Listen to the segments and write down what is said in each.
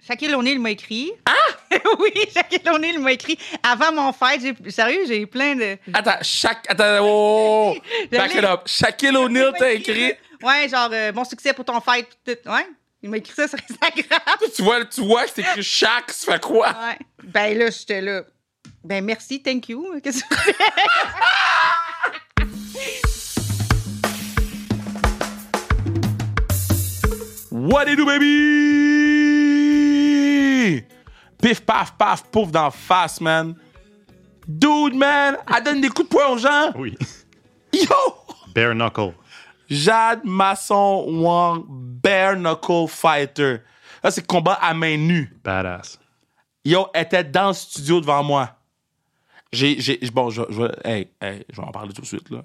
Shaquille O'Neal m'a écrit. Ah! oui, Shaquille O'Neal m'a écrit. Avant mon fight, j'ai, sérieux, j'ai eu plein de. Attends, chaque. Attends, oh! Back it up. Shaquille O'Neal t'a écrit. Ouais, genre, euh, bon succès pour ton fight. pis tout. Ouais. Il m'a écrit ça sur Instagram. Tu vois, tu vois, c'est écrit chaque, ça fait quoi? Ouais. Ben là, j'étais là. Ben merci, thank you. Qu'est-ce que tu fais? What it do, baby? Pif, paf, paf, pouf dans la face, man. Dude, man, elle donne des coups de poing aux gens. Oui. Yo! Bare knuckle. Jade Masson Wang, bare knuckle fighter. Là, c'est combat à main nue. Badass. Yo, elle était dans le studio devant moi. J'ai, j'ai, bon, je, je, vais- hey, hey, je vais en parler tout de suite, là.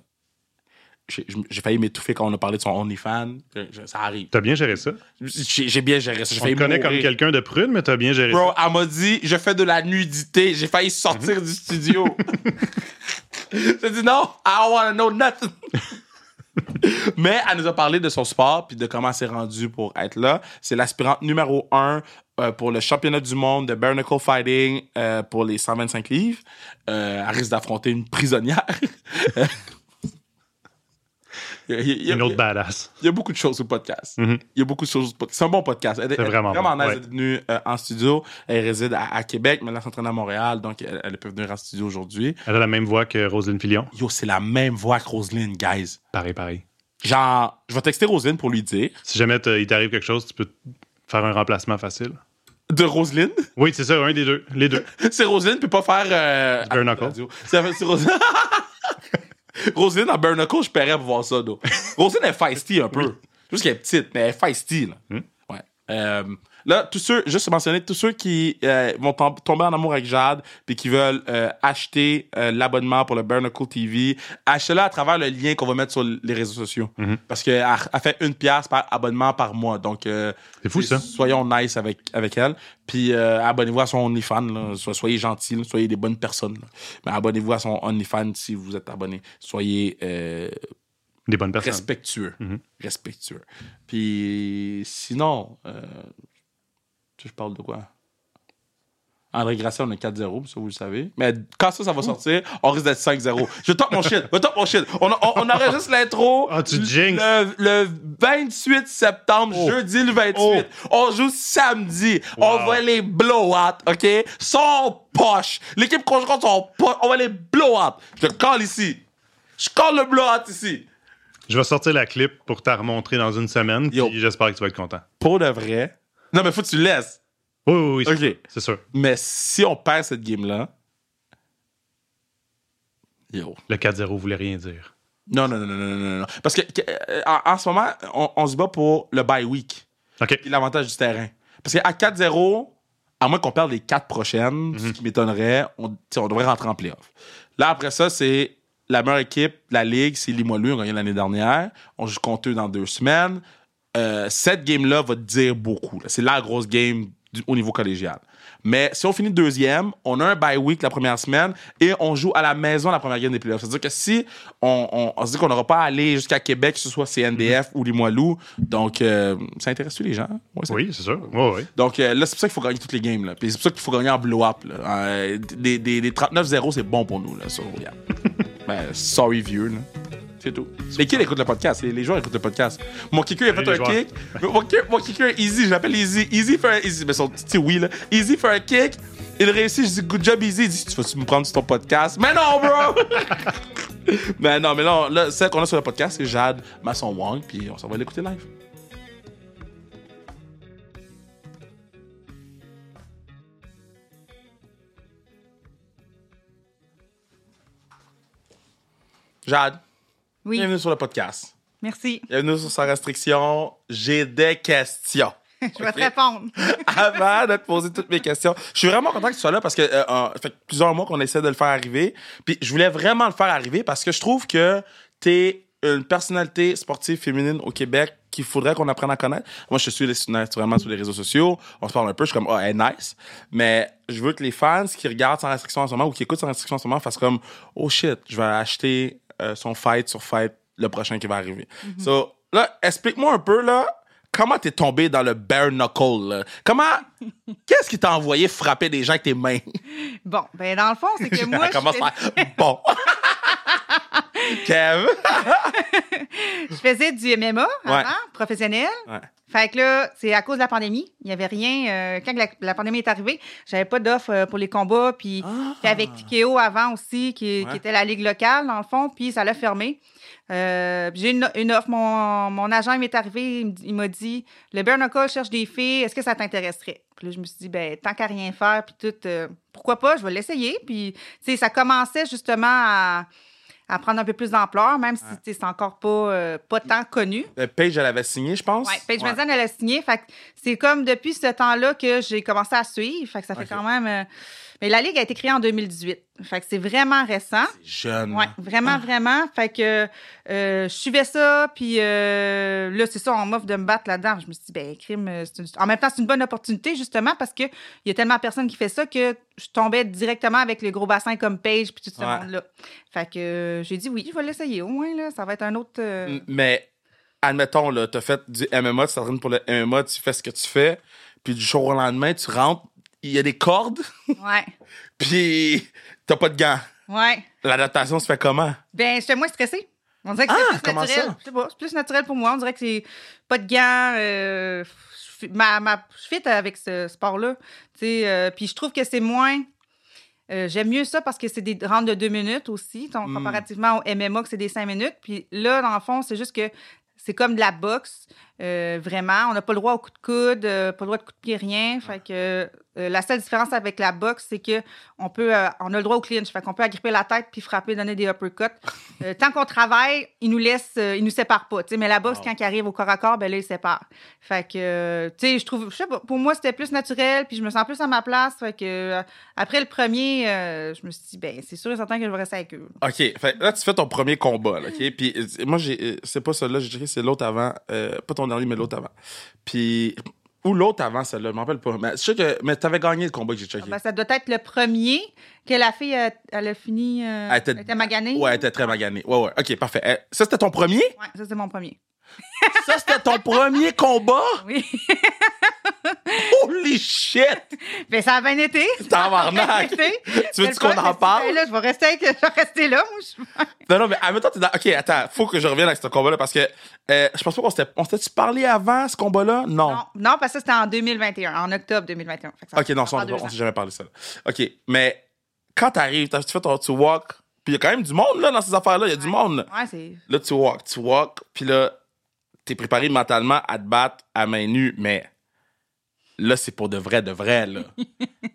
J'ai, j'ai failli m'étouffer quand on a parlé de son OnlyFans. Je- Ça arrive. T'as bien géré ça. J'ai, j'ai bien géré ça. J'ai On te failli connaît mourir. comme quelqu'un de prude, mais t'as bien géré Bro, ça. elle m'a dit, je fais de la nudité. J'ai failli sortir du studio. J'ai dit, non, I don't want to know nothing. Mais elle nous a parlé de son sport puis de comment elle s'est rendue pour être là. C'est l'aspirante numéro un euh, pour le championnat du monde de bare knuckle fighting euh, pour les 125 livres. Euh, elle risque d'affronter une prisonnière. Il y a- il y a- Une autre badass. il y a beaucoup de choses au podcast. Il y a beaucoup de choses au podcast. C'est un bon podcast. Elle, Mhm. C'est elle- vraiment vraiment bon, nice ouais. d'être venue euh, en studio. Elle réside à, à Québec, mais elle s'entraîne à Montréal, donc elle, elle peut venir en studio aujourd'hui. Elle a la même voix que Roselyne Filion. Yo, c'est la même voix que Roselyne, guys. Pareil, pareil. Genre, je vais texter Roselyne pour lui dire. Si jamais t'as- il t'arrive quelque chose, tu peux t- faire un remplacement facile. De Roselyne? Oui, c'est ça, un des deux. Les deux. C'est Roselyne peut pas faire. Euh, Du bare à- knuckle. radio. C'est c'est Roselyne. Roselyne en bare knuckle, je paierais pour voir ça, donc. Roselyne est feisty un peu. Juste qu'elle est petite, mais elle est feisty, là. Ouais. Euh, là, tous ceux, juste mentionner, tous ceux qui euh, vont tom- tomber en amour avec Jade puis qui veulent euh, acheter euh, l'abonnement pour le Bare Knuckle TV, achetez-le à travers le lien qu'on va mettre sur les réseaux sociaux. Mm-hmm. Parce qu'elle fait une pièce par abonnement par mois. Donc, euh, C'est fou, ça. Soyons nice avec, avec elle. Puis euh, abonnez-vous à son OnlyFans. là. So- soyez gentils, là. soyez des bonnes personnes. là. Mais abonnez-vous à son OnlyFans si vous êtes abonné. Soyez euh, Des bonnes personnes. respectueux. Mhm. Respectueux. Puis sinon, euh, je parle de quoi? André Grasset, on est 4-0, ça vous le savez. Mais quand ça, ça va sortir, on risque d'être 5-0. Je top mon shit, je top mon shit. On, on, on enregistre l'intro. Ah, tu le- jinx. Le, le 28 septembre, Oh. jeudi le 28. On joue samedi. On Wow. va les blow out, OK? Sans poche. L'équipe conjointe sont poche. On va les blow out. Je le colle ici. Je colle le blow out ici. Je vais sortir la clip pour t'en remontrer dans une semaine, Yo. puis j'espère que tu vas être content. Pour de vrai. Non, mais faut que tu laisses. Oui, oui, oui. c'est- Ok. C'est sûr. Mais si on perd cette game-là. Yo. Le 4-0 voulait rien dire. Non, non, non, non, non, non, non. Parce que, que, euh, en, en ce moment, on, on se bat pour le bye week. OK. Puis l'avantage du terrain. Parce qu'à 4-0, à moins qu'on perde les 4 prochaines, ce qui m'étonnerait, on, tu sais, on devrait rentrer en playoff. Là, après ça, c'est la meilleure équipe de la Ligue, c'est Limoilou, on a gagné l'année dernière. On joue contre eux dans deux semaines. Euh, cette game-là va te dire beaucoup. là. C'est la grosse game du- au niveau collégial. Mais si on finit deuxième, on a un bye week la première semaine et on joue à la maison la première game des playoffs. C'est-à-dire que si on, on- on se dit qu'on n'aura pas à aller jusqu'à Québec, que ce soit CNDF ou Limoilou, donc euh, ça intéresse-tu les gens? Ouais, ça Oui, c'est sûr. Oui, oui. donc euh, là, c'est pour ça qu'il faut gagner toutes les games. Là. Puis c'est pour ça qu'il faut gagner en blow-up. là. Euh, des des, des 39-0, c'est bon pour nous. Là, sur yeah. ben, sorry, vieux. Là. C'est tout. Les kids écoutent le podcast. Les, les joueurs écoutent le podcast. Mon kicker, il a fait Les un joueurs. kick. Mon kicker, mon kicker, Easy, je l'appelle Easy. Easy fait un. Easy, mais son petit oui, là. Easy fait un kick. Il réussit. Je dis, good job, Easy. Il dit, tu vas-tu me prendre sur ton podcast? Mais non, bro! mais non, mais non. Là, celle qu'on a sur le podcast, c'est Jade Masson Wang. Puis on s'en va l'écouter live. Jade. Oui, Bienvenue sur le podcast. merci. Bienvenue sur Sans Restriction. J'ai des questions. Je vais te répondre. Avant de te poser toutes mes questions, je suis vraiment content que tu sois là parce que euh, euh, ça fait plusieurs mois qu'on essaie de le faire arriver. Puis je voulais vraiment le faire arriver parce que je trouve que tu es une personnalité sportive féminine au Québec qu'il faudrait qu'on apprenne à connaître. Moi, je te suis naturellement sur les réseaux sociaux. On se parle un peu. Je suis comme, ah, elle est nice. Mais je veux que les fans qui regardent sans restriction en ce moment ou qui écoutent sans restriction en ce moment fassent comme, oh shit, je vais acheter euh, son fight sur fight le prochain qui va arriver. So, là, explique-moi un peu, là, comment t'es tombé dans le bare knuckle? là? Comment. Qu'est-ce qui t'a envoyé frapper des gens avec tes mains? Bon, ben dans le fond, c'est que moi, Elle commence je, par. Bon. Kev. fais- je faisais du MMA avant, Ouais. professionnel. Ouais. Fait que là, c'est à cause de la pandémie. Il n'y avait rien. euh, quand la, la pandémie est arrivée, j'avais pas d'offre euh, pour les combats. Puis j'étais avec Tikeo avant aussi, qui, Ah! Ouais. qui était la ligue locale, dans le fond. Puis ça l'a fermé. Euh, puis j'ai une, une offre. Mon, mon agent il m'est arrivé. Il me- Il m'a dit Le Bare Knuckle cherche des filles. Est-ce que ça t'intéresserait? Puis là, je me suis dit ben tant qu'à rien faire, puis tout, euh, pourquoi pas? Je vais l'essayer. Puis, tu sais, ça commençait justement à, à prendre un peu plus d'ampleur, même si tu sais, c'est encore pas, euh, pas tant connu. Euh, Paige, elle avait signé, je pense. Oui, Paige Ouais. Mazen, elle a signé. Fait que c'est comme depuis ce temps-là que j'ai commencé à suivre. Fait que ça fait Ok. quand même. euh, Mais la Ligue a été créée en 2018. Fait que c'est vraiment récent. Jeune. Oui, vraiment, vraiment. Fait que euh, je suivais ça, puis euh, là, c'est ça, on m'offre de me battre là-dedans. Je me suis dit, ben, crime, euh, c'est une- en même temps, c'est une bonne opportunité, justement, parce qu'il y a tellement de personnes qui font ça que je tombais directement avec les gros bassins comme Paige, puis tout ce Ouais. monde-là. Fait que euh, j'ai dit, oui, je vais l'essayer, au moins, là, ça va être un autre. euh, M- Mais admettons, là, t'as fait du MMA, tu t'entraînes pour le MMA, tu fais ce que tu fais, puis du jour au lendemain, tu rentres, il y a des cordes, Ouais, puis t'as pas de gants. ouais. L'adaptation se fait comment? Ben, j'étais moins stressée. On dirait que Ah, c'est plus comment naturel. ça? Je sais pas, c'est plus naturel pour moi. On dirait que c'est pas de gants. euh, je fi- ma, ma, je fit avec ce sport-là. Tu sais, euh, puis je trouve que c'est moins. euh, J'aime mieux ça parce que c'est des rounds de deux minutes aussi, donc, Hmm. comparativement au MMA que c'est des cinq minutes. Puis là, dans le fond, c'est juste que c'est comme de la boxe, euh, vraiment. On n'a pas le droit au coup de coude, euh, pas le droit de coup de pied, rien. Ah. Fait que euh, la seule différence avec la boxe, c'est que on peut, euh, on a le droit au clinch. Fait qu'on peut agripper la tête puis frapper, donner des uppercuts. Euh, tant qu'on travaille, ils nous laissent, euh, ils nous séparent pas. tu sais. Mais la boxe, Wow. quand ils arrivent au corps à corps, ben là, ils séparent. Fait que, euh, tu sais, je trouve, je sais pas, pour moi, c'était plus naturel puis je me sens plus à ma place. Fait que, euh, après le premier, euh, je me suis dit, ben, c'est sûr et certain que je vais rester avec eux. OK. Fait, que là, tu fais ton premier combat, là, OK? Puis euh, moi, j'ai, euh, c'est pas celui-là, j'ai checké, c'est l'autre avant. euh, pas ton dernier, mais l'autre avant. Puis... Ou l'autre avant, celle-là, je m'en rappelle pas. Mais je sais que... Mais t'avais gagné le combat que j'ai checké. Ben, ça doit être le premier que la fille, euh, elle a fini, euh, Elle elle était- était, maganée. Ouais, t'étais très maganée. Ouais, ouais. OK, parfait. Euh, Ça, c'était ton premier? Ouais, ça, c'est mon premier. Ça, c'était ton premier combat? Oui. Holy shit! ben, ça a bien été. Tabarnak! Tu veux-tu qu'on en parle? ben, Là, je vais rester, avec- je vais rester là. Moi, je- Non, non, mais en même temps, t'es dans... OK, attends, faut que je revienne à ce combat-là parce que euh, je pense pas qu'on s'était... On s'était-tu parlé avant, ce combat-là? Non. Non, non, parce que ça, c'était en 2021, en octobre 2021. Fait que ça- OK, non, ça ça, on prend deux on ans. s'est jamais parlé de ça. là. OK, mais quand t'arrives, t'as- tu fais ton... Tu walk, puis il y a quand même du monde, là, dans ces affaires-là. Il y a du monde, là. Ouais, c'est. Là, tu walk, tu walk, puis là, t'es préparé mentalement à te battre à main nue, mais là, c'est pour de vrai, de vrai, là.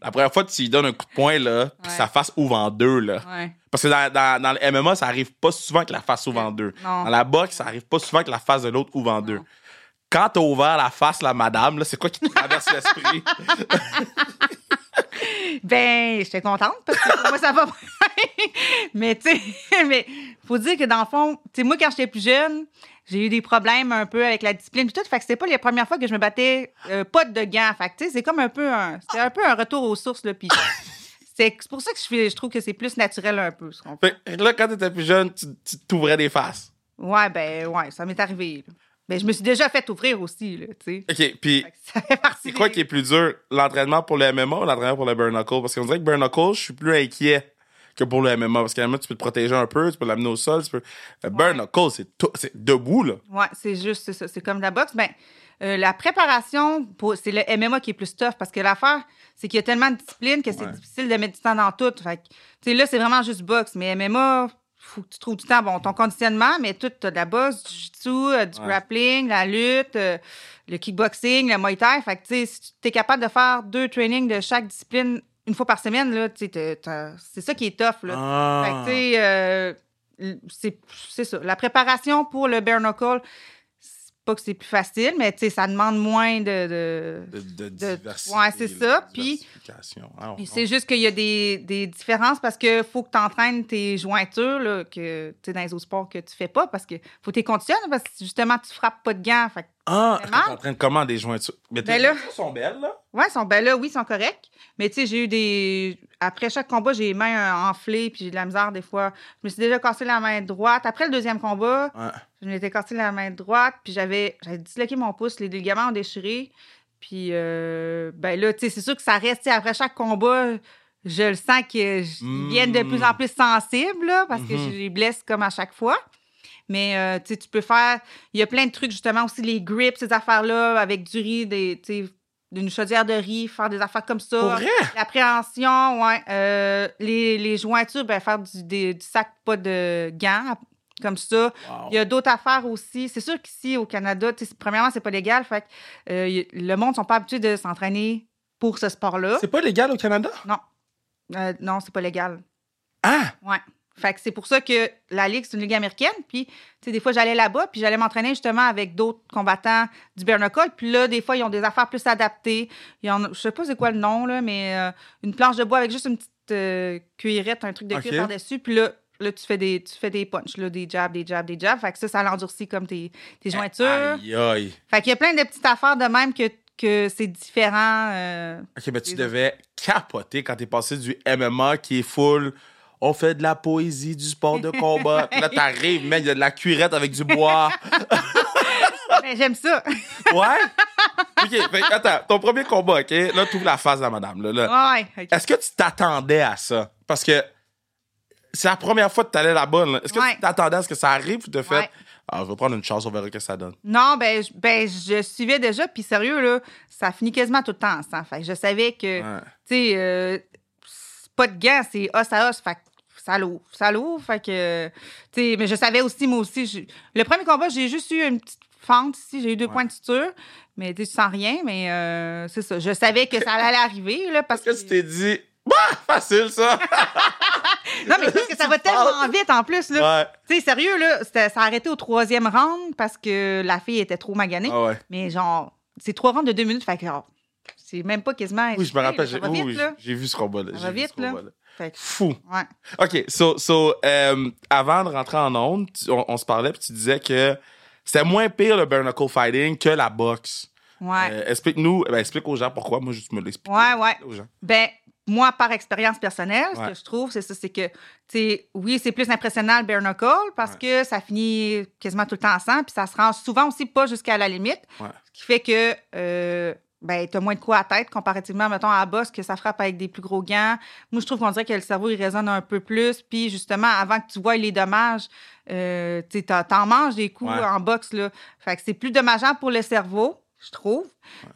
La première fois que tu lui donnes un coup de poing, là, puis Ouais. sa face ouvre en deux, là. Ouais. Parce que dans, dans- dans le MMA, ça arrive pas souvent que la face ouvre en deux. Euh, Non. Dans la boxe, ça arrive pas souvent que la face de l'autre ouvre en deux. Quand t'as ouvert la face, la madame, là, c'est quoi qui te traverse l'esprit? Ben, j'étais contente parce que pour moi, ça va bien. mais, tu sais, mais faut dire que dans le fond, tu sais, moi, quand j'étais plus jeune, j'ai eu des problèmes un peu avec la discipline et tout. Fait que c'était pas les premières fois que je me battais euh, pas de gants. Fait que, tu sais, c'est comme un peu un. C'était un peu un retour aux sources, là. Puis c'est c'est pour ça que je, fais- je trouve que c'est plus naturel un peu, ce qu'on fait. Fait que là, quand t'étais plus jeune, tu tu t'ouvrais des faces. Ouais, ben, ouais, ça m'est arrivé. là. Mais je me suis déjà fait ouvrir aussi, là, tu sais. OK, puis Fait que ça fait partie c'est quoi des- qui est plus dur, l'entraînement pour le MMA ou l'entraînement pour le bare knuckle? Parce qu'on dirait que bare knuckle, je suis plus inquiet que pour le MMA. Parce que le MMA, tu peux te protéger un peu, tu peux l'amener au sol, tu peux... Le bare knuckle, c'est tout- c'est debout, là. Oui, c'est juste, c'est ça. C'est comme la boxe. Ben, euh, la préparation, pour- c'est le MMA qui est plus tough parce que l'affaire, c'est qu'il y a tellement de disciplines que c'est Ouais. difficile de mettre du temps dans tout. Fait que, tu sais, là, c'est vraiment juste boxe. Mais MMA, faut que tu trouves du temps. Bon, ton conditionnement, mais tout, t'as de la boxe, du jiu-jitsu, euh, du Ouais. grappling, la lutte, euh, le kickboxing, le muay thai. Fait que, tu sais, si tu es capable de faire deux trainings de chaque discipline une fois par semaine, là, tu sais, t'as- t'as- c'est ça qui est tough, là. Fait que, Ah. tu sais, euh, c'est- c'est ça. La préparation pour le bare knuckle, c'est pas que c'est plus facile, mais tu sais, ça demande moins de. de- De, de, de- diversité, ouais, c'est là, ça, puis- diversification. Ah, Puis on- C'est juste qu'il y a des, des différences parce que faut que tu entraînes tes jointures là, que tu sais, dans les autres sports que tu fais pas parce que faut que tu les conditionnes parce que justement tu frappes pas de gants. Fait que, Ah, Vraiment? t'es en train de comment des jointures? Mais tes Ben là- jointures sont belles, là. ouais, ils sont ben là, oui, ils sont corrects. Mais tu sais, j'ai eu des. Après chaque combat, j'ai les mains euh, enflées, puis j'ai de la misère des fois. Je me suis déjà cassé la main droite. Après le deuxième combat, Ouais. je m'étais cassé la main droite, puis j'avais j'avais disloqué mon pouce, les ligaments ont déchiré. Puis, euh, ben là, tu sais, c'est sûr que ça reste, tu sais, après chaque combat, je le sens que je Mm. viens de plus en plus sensible, là, parce que Mhm. je les blesse comme à chaque fois. Mais, euh, tu sais, tu peux faire. Il y a plein de trucs, justement, aussi les grips, ces affaires-là, avec du riz, des, tu sais, d'une chaudière de riz, faire des affaires comme ça. Pour vrai? L'appréhension, ouais. Euh, les, les jointures, ben, faire du, des- du sac, pas de gants, comme ça. Wow. Il y a d'autres affaires aussi. C'est sûr qu'ici, au Canada, tu sais, c'est- premièrement, c'est pas légal. Fait que euh, y- le monde sont pas habitués de s'entraîner pour ce sport-là. C'est pas légal au Canada? Euh, non, c'est pas légal. Ah! Fait que c'est pour ça que la Ligue, c'est une Ligue américaine. Puis, tu sais, des fois, j'allais là-bas, puis j'allais m'entraîner justement avec d'autres combattants du Bernacle. Puis là, des fois, ils ont des affaires plus adaptées. Ils en, je sais pas c'est quoi le nom, là, mais euh, une planche de bois avec juste une petite euh, cuillerette, un truc de Ok. cuir par-dessus. Puis là, là, tu fais des, tu fais des punches, là, des jabs, des jabs, des jabs. Fait que ça, ça l'endurcit comme tes, tes jointures. Eh, Aïe, aïe. Fait qu'il y a plein de petites affaires de même que, que c'est différent. euh, Ok, ben tu devais capoter quand t'es passé du MMA qui est full. On fait de la poésie, du sport de combat. Puis là, t'arrives, man, il y a de la cuirette avec du bois. mais Ben, J'aime ça. Ouais? OK, fait que, attends, ton premier combat, OK? Là, t'ouvres la face à madame. Là, là. ouais. ok. Est-ce que tu t'attendais à ça? Parce que c'est la première fois que tu allais là-bas. là. Est-ce que Ouais. tu t'attendais à ce que ça arrive ou de fait? Ouais. Ah, je vais prendre une chance, on verra ce que ça donne. Non, ben, je- ben, je suivais déjà, puis sérieux, là, ça finit quasiment tout le temps ça. Fait que je savais que, Ouais. tu sais, euh, c'est pas de gants, c'est os à os. Fait que ça l'ouvre, ça l'ouvre. Fait que, tu sais, mais je savais aussi, moi aussi. je- Le premier combat, j'ai juste eu une petite fente ici, j'ai eu deux Ouais. points de suture, mais tu sais, sans rien, mais euh, c'est ça. Je savais que ça allait arriver, là, parce Est-ce que tu t'es dit, bah, facile ça? Non, mais parce que ça va tellement vite, en plus, là. ouais. Tu sais, sérieux, là, c'était- ça a arrêté au troisième round parce que la fille était trop maganée. Ah ouais. Mais genre, c'est trois rounds de deux minutes, fait que genre, c'est même pas quasiment. Oui, je me rappelle, j'ai Ça va oui, vite, oui, là. j'ai vu ce combat-là. Ça j'ai va vu vite, ce là. combat-là. Fait que, Fou. ouais. OK, so, so euh, avant de rentrer en onde, tu- on, on se parlait, puis tu disais que c'était moins pire le bare knuckle fighting que la boxe. Ouais. Euh, explique-nous, ben, explique aux gens pourquoi. Moi, juste me l'explique. Ouais, ouais. Aux gens. Ben, moi, par expérience personnelle, ce Ouais. que je trouve, c'est ça, c'est que, tu sais, oui, c'est plus impressionnant le bare knuckle parce que ça finit quasiment tout le temps en sang, puis ça se rend souvent aussi pas jusqu'à la limite. Ouais. Ce qui fait que, euh, ben, t'as moins de coups à tête comparativement, mettons, à la bosse, que ça frappe avec des plus gros gants. Moi, je trouve qu'on dirait que le cerveau, il résonne un peu plus, puis justement, avant que tu vois les dommages, euh, tu sais, t'en- t'en manges des coups Ouais. en boxe, là. Fait que c'est plus dommageant pour le cerveau, je trouve.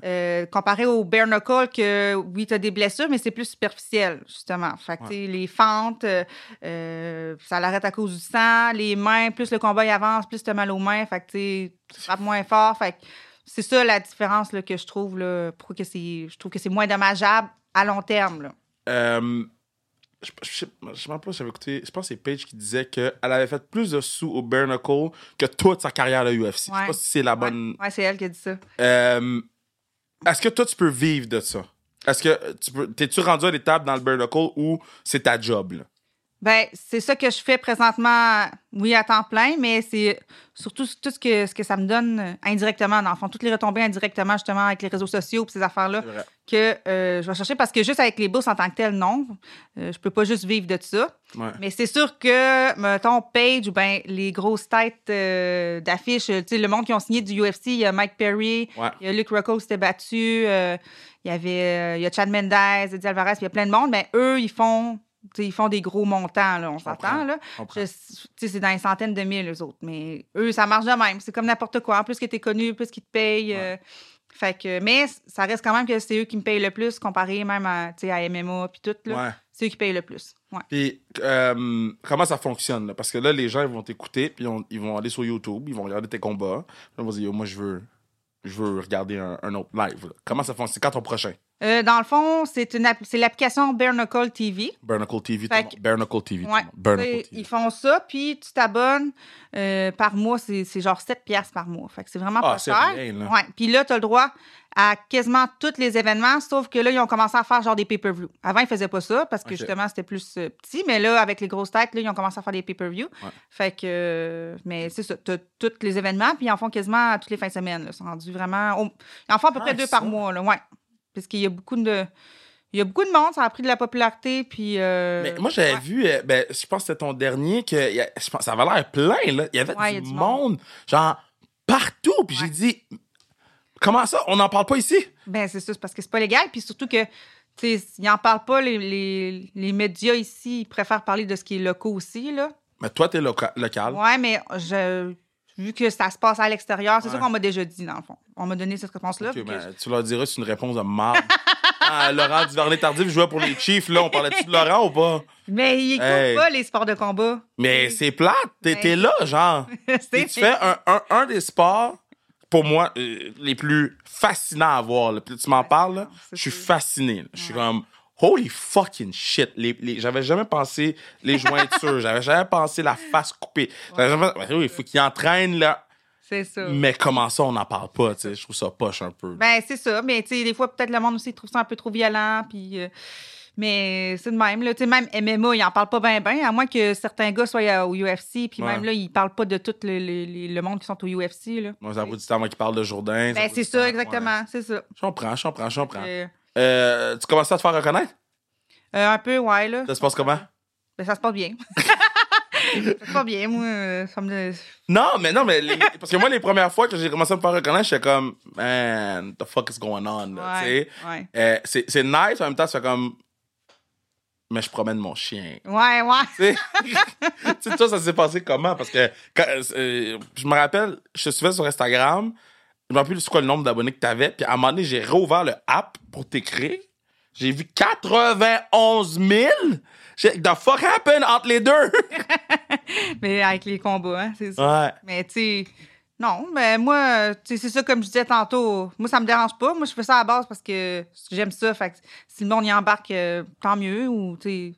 Euh, comparé au bare knuckle, que oui, tu as des blessures, mais c'est plus superficiel, justement. Fait que, Ouais. tu sais, les fentes, euh, euh, ça l'arrête à cause du sang, les mains, plus le combat il avance, plus tu as mal aux mains, fait que tu sais, tu frappes moins fort. Fait que c'est ça la différence là, que je trouve, là, pour que c'est, je trouve que c'est moins dommageable à long terme. Là. Euh, je je sais je sais même pas si j'avais écouté. Je pense que c'est Paige qui disait qu'elle avait fait plus de sous au bare knuckle que toute sa carrière à la UFC. Je sais Ouais. pas si c'est la bonne. Ouais, c'est elle qui a dit ça. Euh, Est-ce que toi, tu peux vivre de ça? Est-ce que tu peux. T'es-tu rendu à l'étape dans le bare knuckle où c'est ta job? Là? Ben, c'est ça que je fais présentement, oui, à temps plein, mais c'est surtout tout ce que, ce que ça me donne euh, indirectement, dans le fond, toutes les retombées indirectement, justement, avec les réseaux sociaux et ces affaires-là, C'est vrai. que euh, je vais chercher parce que juste avec les bourses en tant que telles, non, euh, je peux pas juste vivre de ça. Ouais. Mais c'est sûr que, mettons, Page ou ben les grosses têtes euh, d'affiches, euh, tu sais, le monde qui ont signé du UFC, il y a Mike Perry, Ouais. il y a Luke Rocco qui s'était battu, euh, il y avait euh, il y a Chad Mendez, Eddie Alvarez, puis il y a plein de monde, mais eux, ils font, tu sais, ils font des gros montants, là, on comprends. s'entend, là. Je comprends. Je- tu sais, c'est dans les centaines de mille, eux autres. Mais eux, ça marche de même. C'est comme n'importe quoi. En plus que t'es connu, plus qu'ils te payent. Ouais. euh, fait que, mais c- ça reste quand même que c'est eux qui me payent le plus comparé même à, tu sais, à MMA puis tout. là. Ouais. C'est eux qui payent le plus. Ouais. Puis, euh, comment ça fonctionne? là? Parce que là, les gens, ils vont t'écouter, puis on- ils vont aller sur YouTube, ils vont regarder tes combats. Ils vont dire, Yo, moi, je veux, je veux regarder un, un autre live. là. Comment ça fonctionne? C'est quand ton prochain? Euh, dans le fond, c'est une app- c'est l'application Bare Knuckle TV. Barnacle TV. tout Fait le monde. Barnacle TV. tout le Ouais. monde. Barnacle T'sais, TV. Ils font ça, puis tu t'abonnes euh, par mois, c'est c'est genre 7 piastres par mois. Fait que c'est vraiment Ah, pas c'est cher. rien, là. Ouais. Puis là, tu as le droit à quasiment tous les événements, sauf que là, ils ont commencé à faire genre des pay-per-view. Avant, ils faisaient pas ça parce que Ok. justement, c'était plus euh, petit, mais là, avec les grosses têtes, là, ils ont commencé à faire des pay-per-view. Ouais. Fait que, euh, mais c'est ça, tu as tous les événements, puis ils en font quasiment à toutes les fins de semaine. là. Ils sont rendus vraiment. au- Ils en font à peu près Nice, deux par Ah, ça. mois, là, ouais. Parce qu'il y a beaucoup de. Il y a beaucoup de monde, ça a pris de la popularité, puis. euh, Mais moi, j'avais ouais. vu, euh, ben, je pense que c'était ton dernier, que il y a- je pense, ça avait l'air plein, là. Il y avait Ouais, il du, y a du monde, monde. genre, partout. Puis j'ai Ouais. dit, comment ça, on n'en parle pas ici? Ben, c'est ça, c'est parce que c'est pas légal, puis surtout que. tu sais, ils n'en parlent pas, les, les- les médias ici, ils préfèrent parler de ce qui est locaux aussi, là. Mais toi, t'es loca- local. Ouais, mais je, vu que ça se passe à l'extérieur, c'est Ouais. ça qu'on m'a déjà dit, dans le fond. On m'a donné cette réponse-là. Ok, vu que ben, Tu leur diras, c'est une réponse de marde. ah, Laurent Duvernay-Tardif jouait pour les Chiefs, là. On parlait-tu de Laurent ou pas? je- Mais ils écoutent Hey. pas les sports de combat. Mais c'est plate. T'es Ouais. t'es là, genre. Et C'est- tu fais un, un, un des sports, pour moi, euh, les plus fascinants à voir. là. Puis tu m'en parles, là, c'est je suis sûr. fasciné. là. Je suis comme, holy fucking shit. Les, les- j'avais jamais pensé les jointures, j'avais jamais pensé la face coupée. J'avais jamais- Ben oui, il faut qu'ils entraînent, là. C'est ça. Mais comment ça, on n'en parle pas, tu sais. Je trouve ça poche un peu. Ben, c'est ça. Mais, tu sais, des fois, peut-être le monde aussi trouve ça un peu trop violent. Puis, euh, mais c'est de même. Là. Tu sais, Même MMA, ils en parlent pas bien, bien, à moins que certains gars soient euh, au UFC. Puis Ouais. même là, ils parlent pas de tout le, le- le- le monde qui sont au UFC. Là. Moi, ça vaut du temps avant qu'ils parlent de Jourdain. Ben, vaut c'est du temps, ça, ouais. exactement. C'est ça. J'en prends, j'en prends, j'en prends. Euh, Euh, tu commences à te faire reconnaître? euh, un peu, ouais, là. Ça se passe comment? Ben, ça se passe bien. ça se passe bien, moi. euh, Ça me... Non, mais non, mais les- parce que moi, les premières fois que j'ai commencé à me faire reconnaître, j'étais comme, man, the fuck is going on, là, tu Ouais, sais. ouais. Euh, c'est c'est nice, en même temps, c'est comme, mais je promène mon chien. Ouais, ouais. Tu sais, Tu sais, toi, ça s'est passé comment? Parce que quand- euh, je me rappelle, je te suivais sur Instagram, je me rappelle plus c'est quoi le nombre d'abonnés que t'avais, puis à un moment donné, j'ai réouvert le app pour t'écrire. J'ai vu 91 000. J'ai- The fuck happened entre les deux? Mais avec les combats, hein, c'est ça. Ouais. Mais tu sais, non, mais moi, tu sais, c'est ça comme je disais tantôt. Moi, ça me dérange pas. Moi, je fais ça à la base parce que j'aime ça. Fait que si le monde y embarque, euh, tant mieux. Ou tu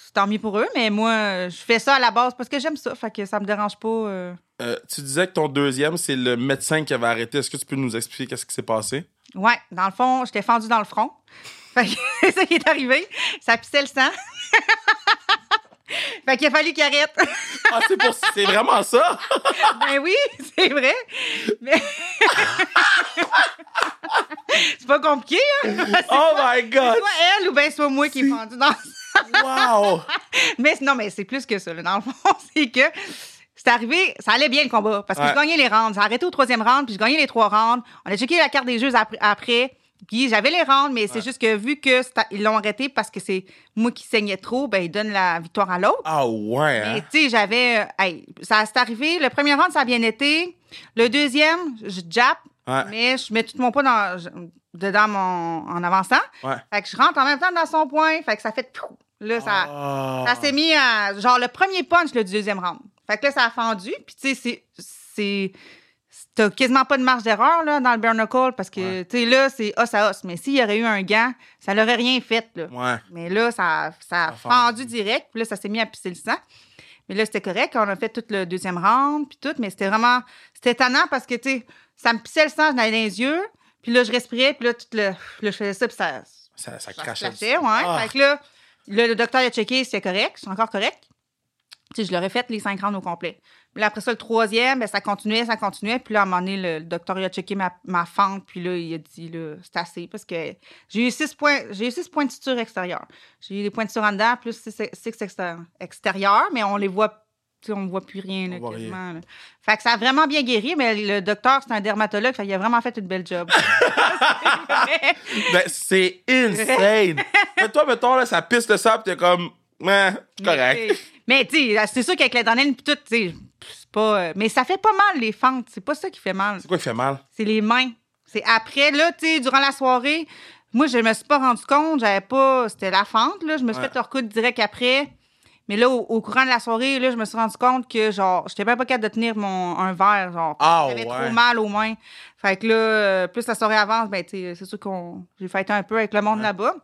sais, tant mieux pour eux. Mais moi, je fais ça à la base parce que j'aime ça. Fait que ça me dérange pas. euh. Euh, tu disais que ton deuxième, c'est le médecin qui avait arrêté. Est-ce que tu peux nous expliquer qu'est-ce qui s'est passé? Ouais, dans le fond, j'étais fendue dans le front. Fait que c'est ça qui est arrivé. Ça pissait le sang. fait qu'il a fallu qu'il arrête. Ah, c'est pour c'est vraiment ça? Ah, Ben oui, c'est vrai. Mais. c'est pas compliqué, hein? Oh my god! Soit elle ou bien soit moi qui est pendue dans. Wow! Mais non, mais c'est plus que ça, là. Dans le fond, c'est que. C'est arrivé, ça allait bien le combat parce que Ouais. je gagnais les rounds. J'ai arrêté au troisième round, puis je gagnais les trois rounds. On a checké la carte des jeux après. après, puis j'avais les rounds, mais c'est juste que vu que c'est- ils l'ont arrêté parce que c'est moi qui saignais trop, ben ils donnent la victoire à l'autre. Ah ouais, Mais hein? tu sais, j'avais. euh, hey, ça s'est arrivé. Le premier round, ça a bien été. Le deuxième, je jappe, Ouais. mais je mets tout mon poids dans, je- dedans mon, en avançant. Ouais. Fait que je rentre en même temps dans son point. Fait que ça fait. prou. Là, ça, Ah. ça s'est mis à. Genre le premier punch, le deuxième round. Fait que là, ça a fendu. Puis tu sais, c'est- c'est. c'est- T'as quasiment pas de marge d'erreur là, dans le burn-call parce que, Ouais. tu sais, là, c'est os à os. Mais s'il y aurait eu un gant, ça n'aurait rien fait. Là. Ah. Ouais. Mais là, ça, ça a Ça a fendu. fendu direct. Puis là, ça s'est mis à pisser le sang. Mais là, c'était correct. On a fait tout le deuxième round, puis tout. Mais c'était vraiment... C'était étonnant parce que, tu sais, ça me pissait le sang, j'en avais dans les yeux. Puis là, je respirais. Puis là, tout le... là, je faisais ça, puis ça, Ça, ça ça crachait. se flashait, ouais. Ah. Fait que là, le, le docteur il a checké, c'est correct, c'est encore correct. Tu sais, je l'aurais fait les cinq rounds au complet. Puis là, après ça, le troisième, ben, ça continuait, ça continuait. Puis là, à un moment donné, le, le docteur il a checké ma, ma fente. Puis là, il a dit, là, c'est assez. Parce que j'ai eu six points, j'ai eu six points de suture extérieure. J'ai eu des points de suture en dedans, plus six, six extérieurs, extérieurs, mais on les voit, tu sais, on ne voit plus rien, là, voit rien. quasiment. là. Fait que ça a vraiment bien guéri, mais le docteur, c'est un dermatologue, fait, il a vraiment fait une belle job. Ben, c'est insane! Mais toi, mettons, là, ça pisse le sable, t'es comme, mais c'est correct. Mais tu sais, c'est sûr qu'avec l'adrénaline pis tout, tu sais, c'est pas. euh, Mais ça fait pas mal les fentes. C'est pas ça qui fait mal. C'est quoi qui fait mal? C'est les mains. C'est après, là, tu sais, durant la soirée, moi, je me suis pas rendu compte. J'avais pas. C'était la fente, là. Je me suis Ouais. fait le coude direct après. Mais là, au, au courant de la soirée, là, je me suis rendu compte que, genre, j'étais même pas capable de tenir mon, un verre, genre. Ah J'avais ouais. trop mal aux mains. Fait que là, euh, plus la soirée avance, ben, tu sais, c'est sûr qu'on. J'ai fêté un peu avec le monde là-bas.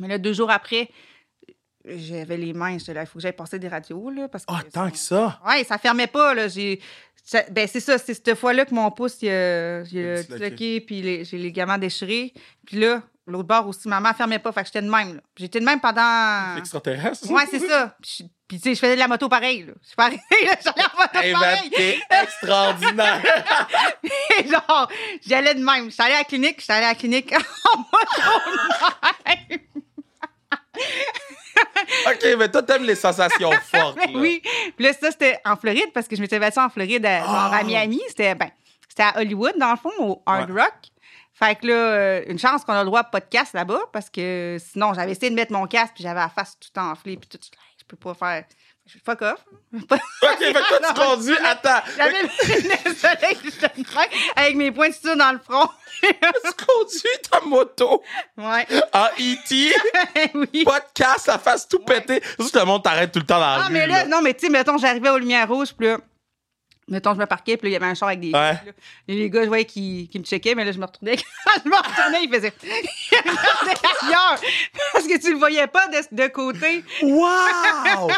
Mais là, deux jours après, j'avais les mains. J'étais là, il faut que j'aille passer des radios, là. Parce que Ah, tant que ça! Ouais, ça fermait pas, là. J'ai. ça- Ben, c'est ça, c'est cette fois-là que mon pouce, il a, il a Disloqué. disloqué, puis les- j'ai les gamins déchirés. Puis là, l'autre bord aussi, maman fermait pas, fait que j'étais de même, là. J'étais de même pendant. C'est extraterrestre? Ah. Ouais, c'est ça. Puis, je- puis tu sais, je faisais de la moto pareil, là. C'est pareil, là. J'allais en moto Eh ben, pareil. t'es extraordinaire! Et genre, j'allais de même. J'étais allée à la clinique, j'étais allée à la clinique en moto de même. mais toi, t'aimes les sensations fortes. Mais là. ben oui. Puis là, ça, c'était en Floride parce que je m'étais battue en Floride, à, genre à Miami. C'était ben, c'était à Hollywood, dans le fond, au Hard Ouais. Rock. Fait que là, euh, une chance qu'on a le droit à podcast là-bas parce que sinon, j'avais essayé de mettre mon casque puis j'avais la face tout enflée puis tout. Je je peux pas faire. Je- Fuck off. Ok, fait que toi, tu conduis, attends. Fait J'avais le nez de soleil puis j'étais de même, avec mes points de suture dans le front. que tu conduis ta moto ouais. en E.T., Eh oui. podcast, la face tout Ouais. pétée. C'est juste que le monde t'arrête tout le temps dans la Ah, rue. mais là, là. non, mais tu sais, mettons, j'arrivais aux lumières rouges, puis là, mettons, je me parquais, puis là, il y avait un char avec des. Ouais. filles, là. Et les gars, je voyais qu'ils qu'ils me checkaient, mais là, je me retournais. Quand je me retournais, ils faisaient. Ils regardaient ailleurs, parce que tu le voyais pas de, de côté. Wow!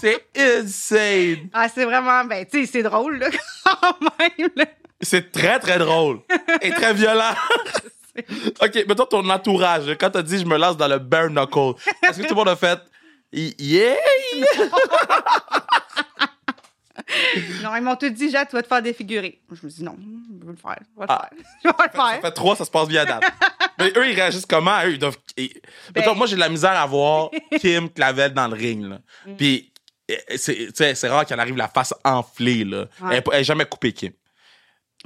C'est insane! Ah, c'est vraiment. Ben, tu sais, c'est drôle, là, quand même, là. C'est très, très drôle. Et très violent. OK, mettons ton entourage. là. Quand t'as dit « je me lance dans le bare knuckle », est-ce que tout le monde a fait « yeah! Non, ils m'ont tout dit, Jade, tu vas te faire défigurer. Je me dis, non, je veux le faire. Je vais le Ah. faire. Je vais le » Ça faire. fait trois, ça se passe bien à date. Mais eux, ils réagissent comment? Eux, ils doivent... ils- Ben- Mettons, moi, j'ai de la misère à voir Kim Clavel dans le ring. Là. Mm. Puis, eh, c'est tu sais, c'est rare qu'elle arrive la face enflée. Là. Ouais. Elle est pas- Elle n'est jamais coupée, Kim.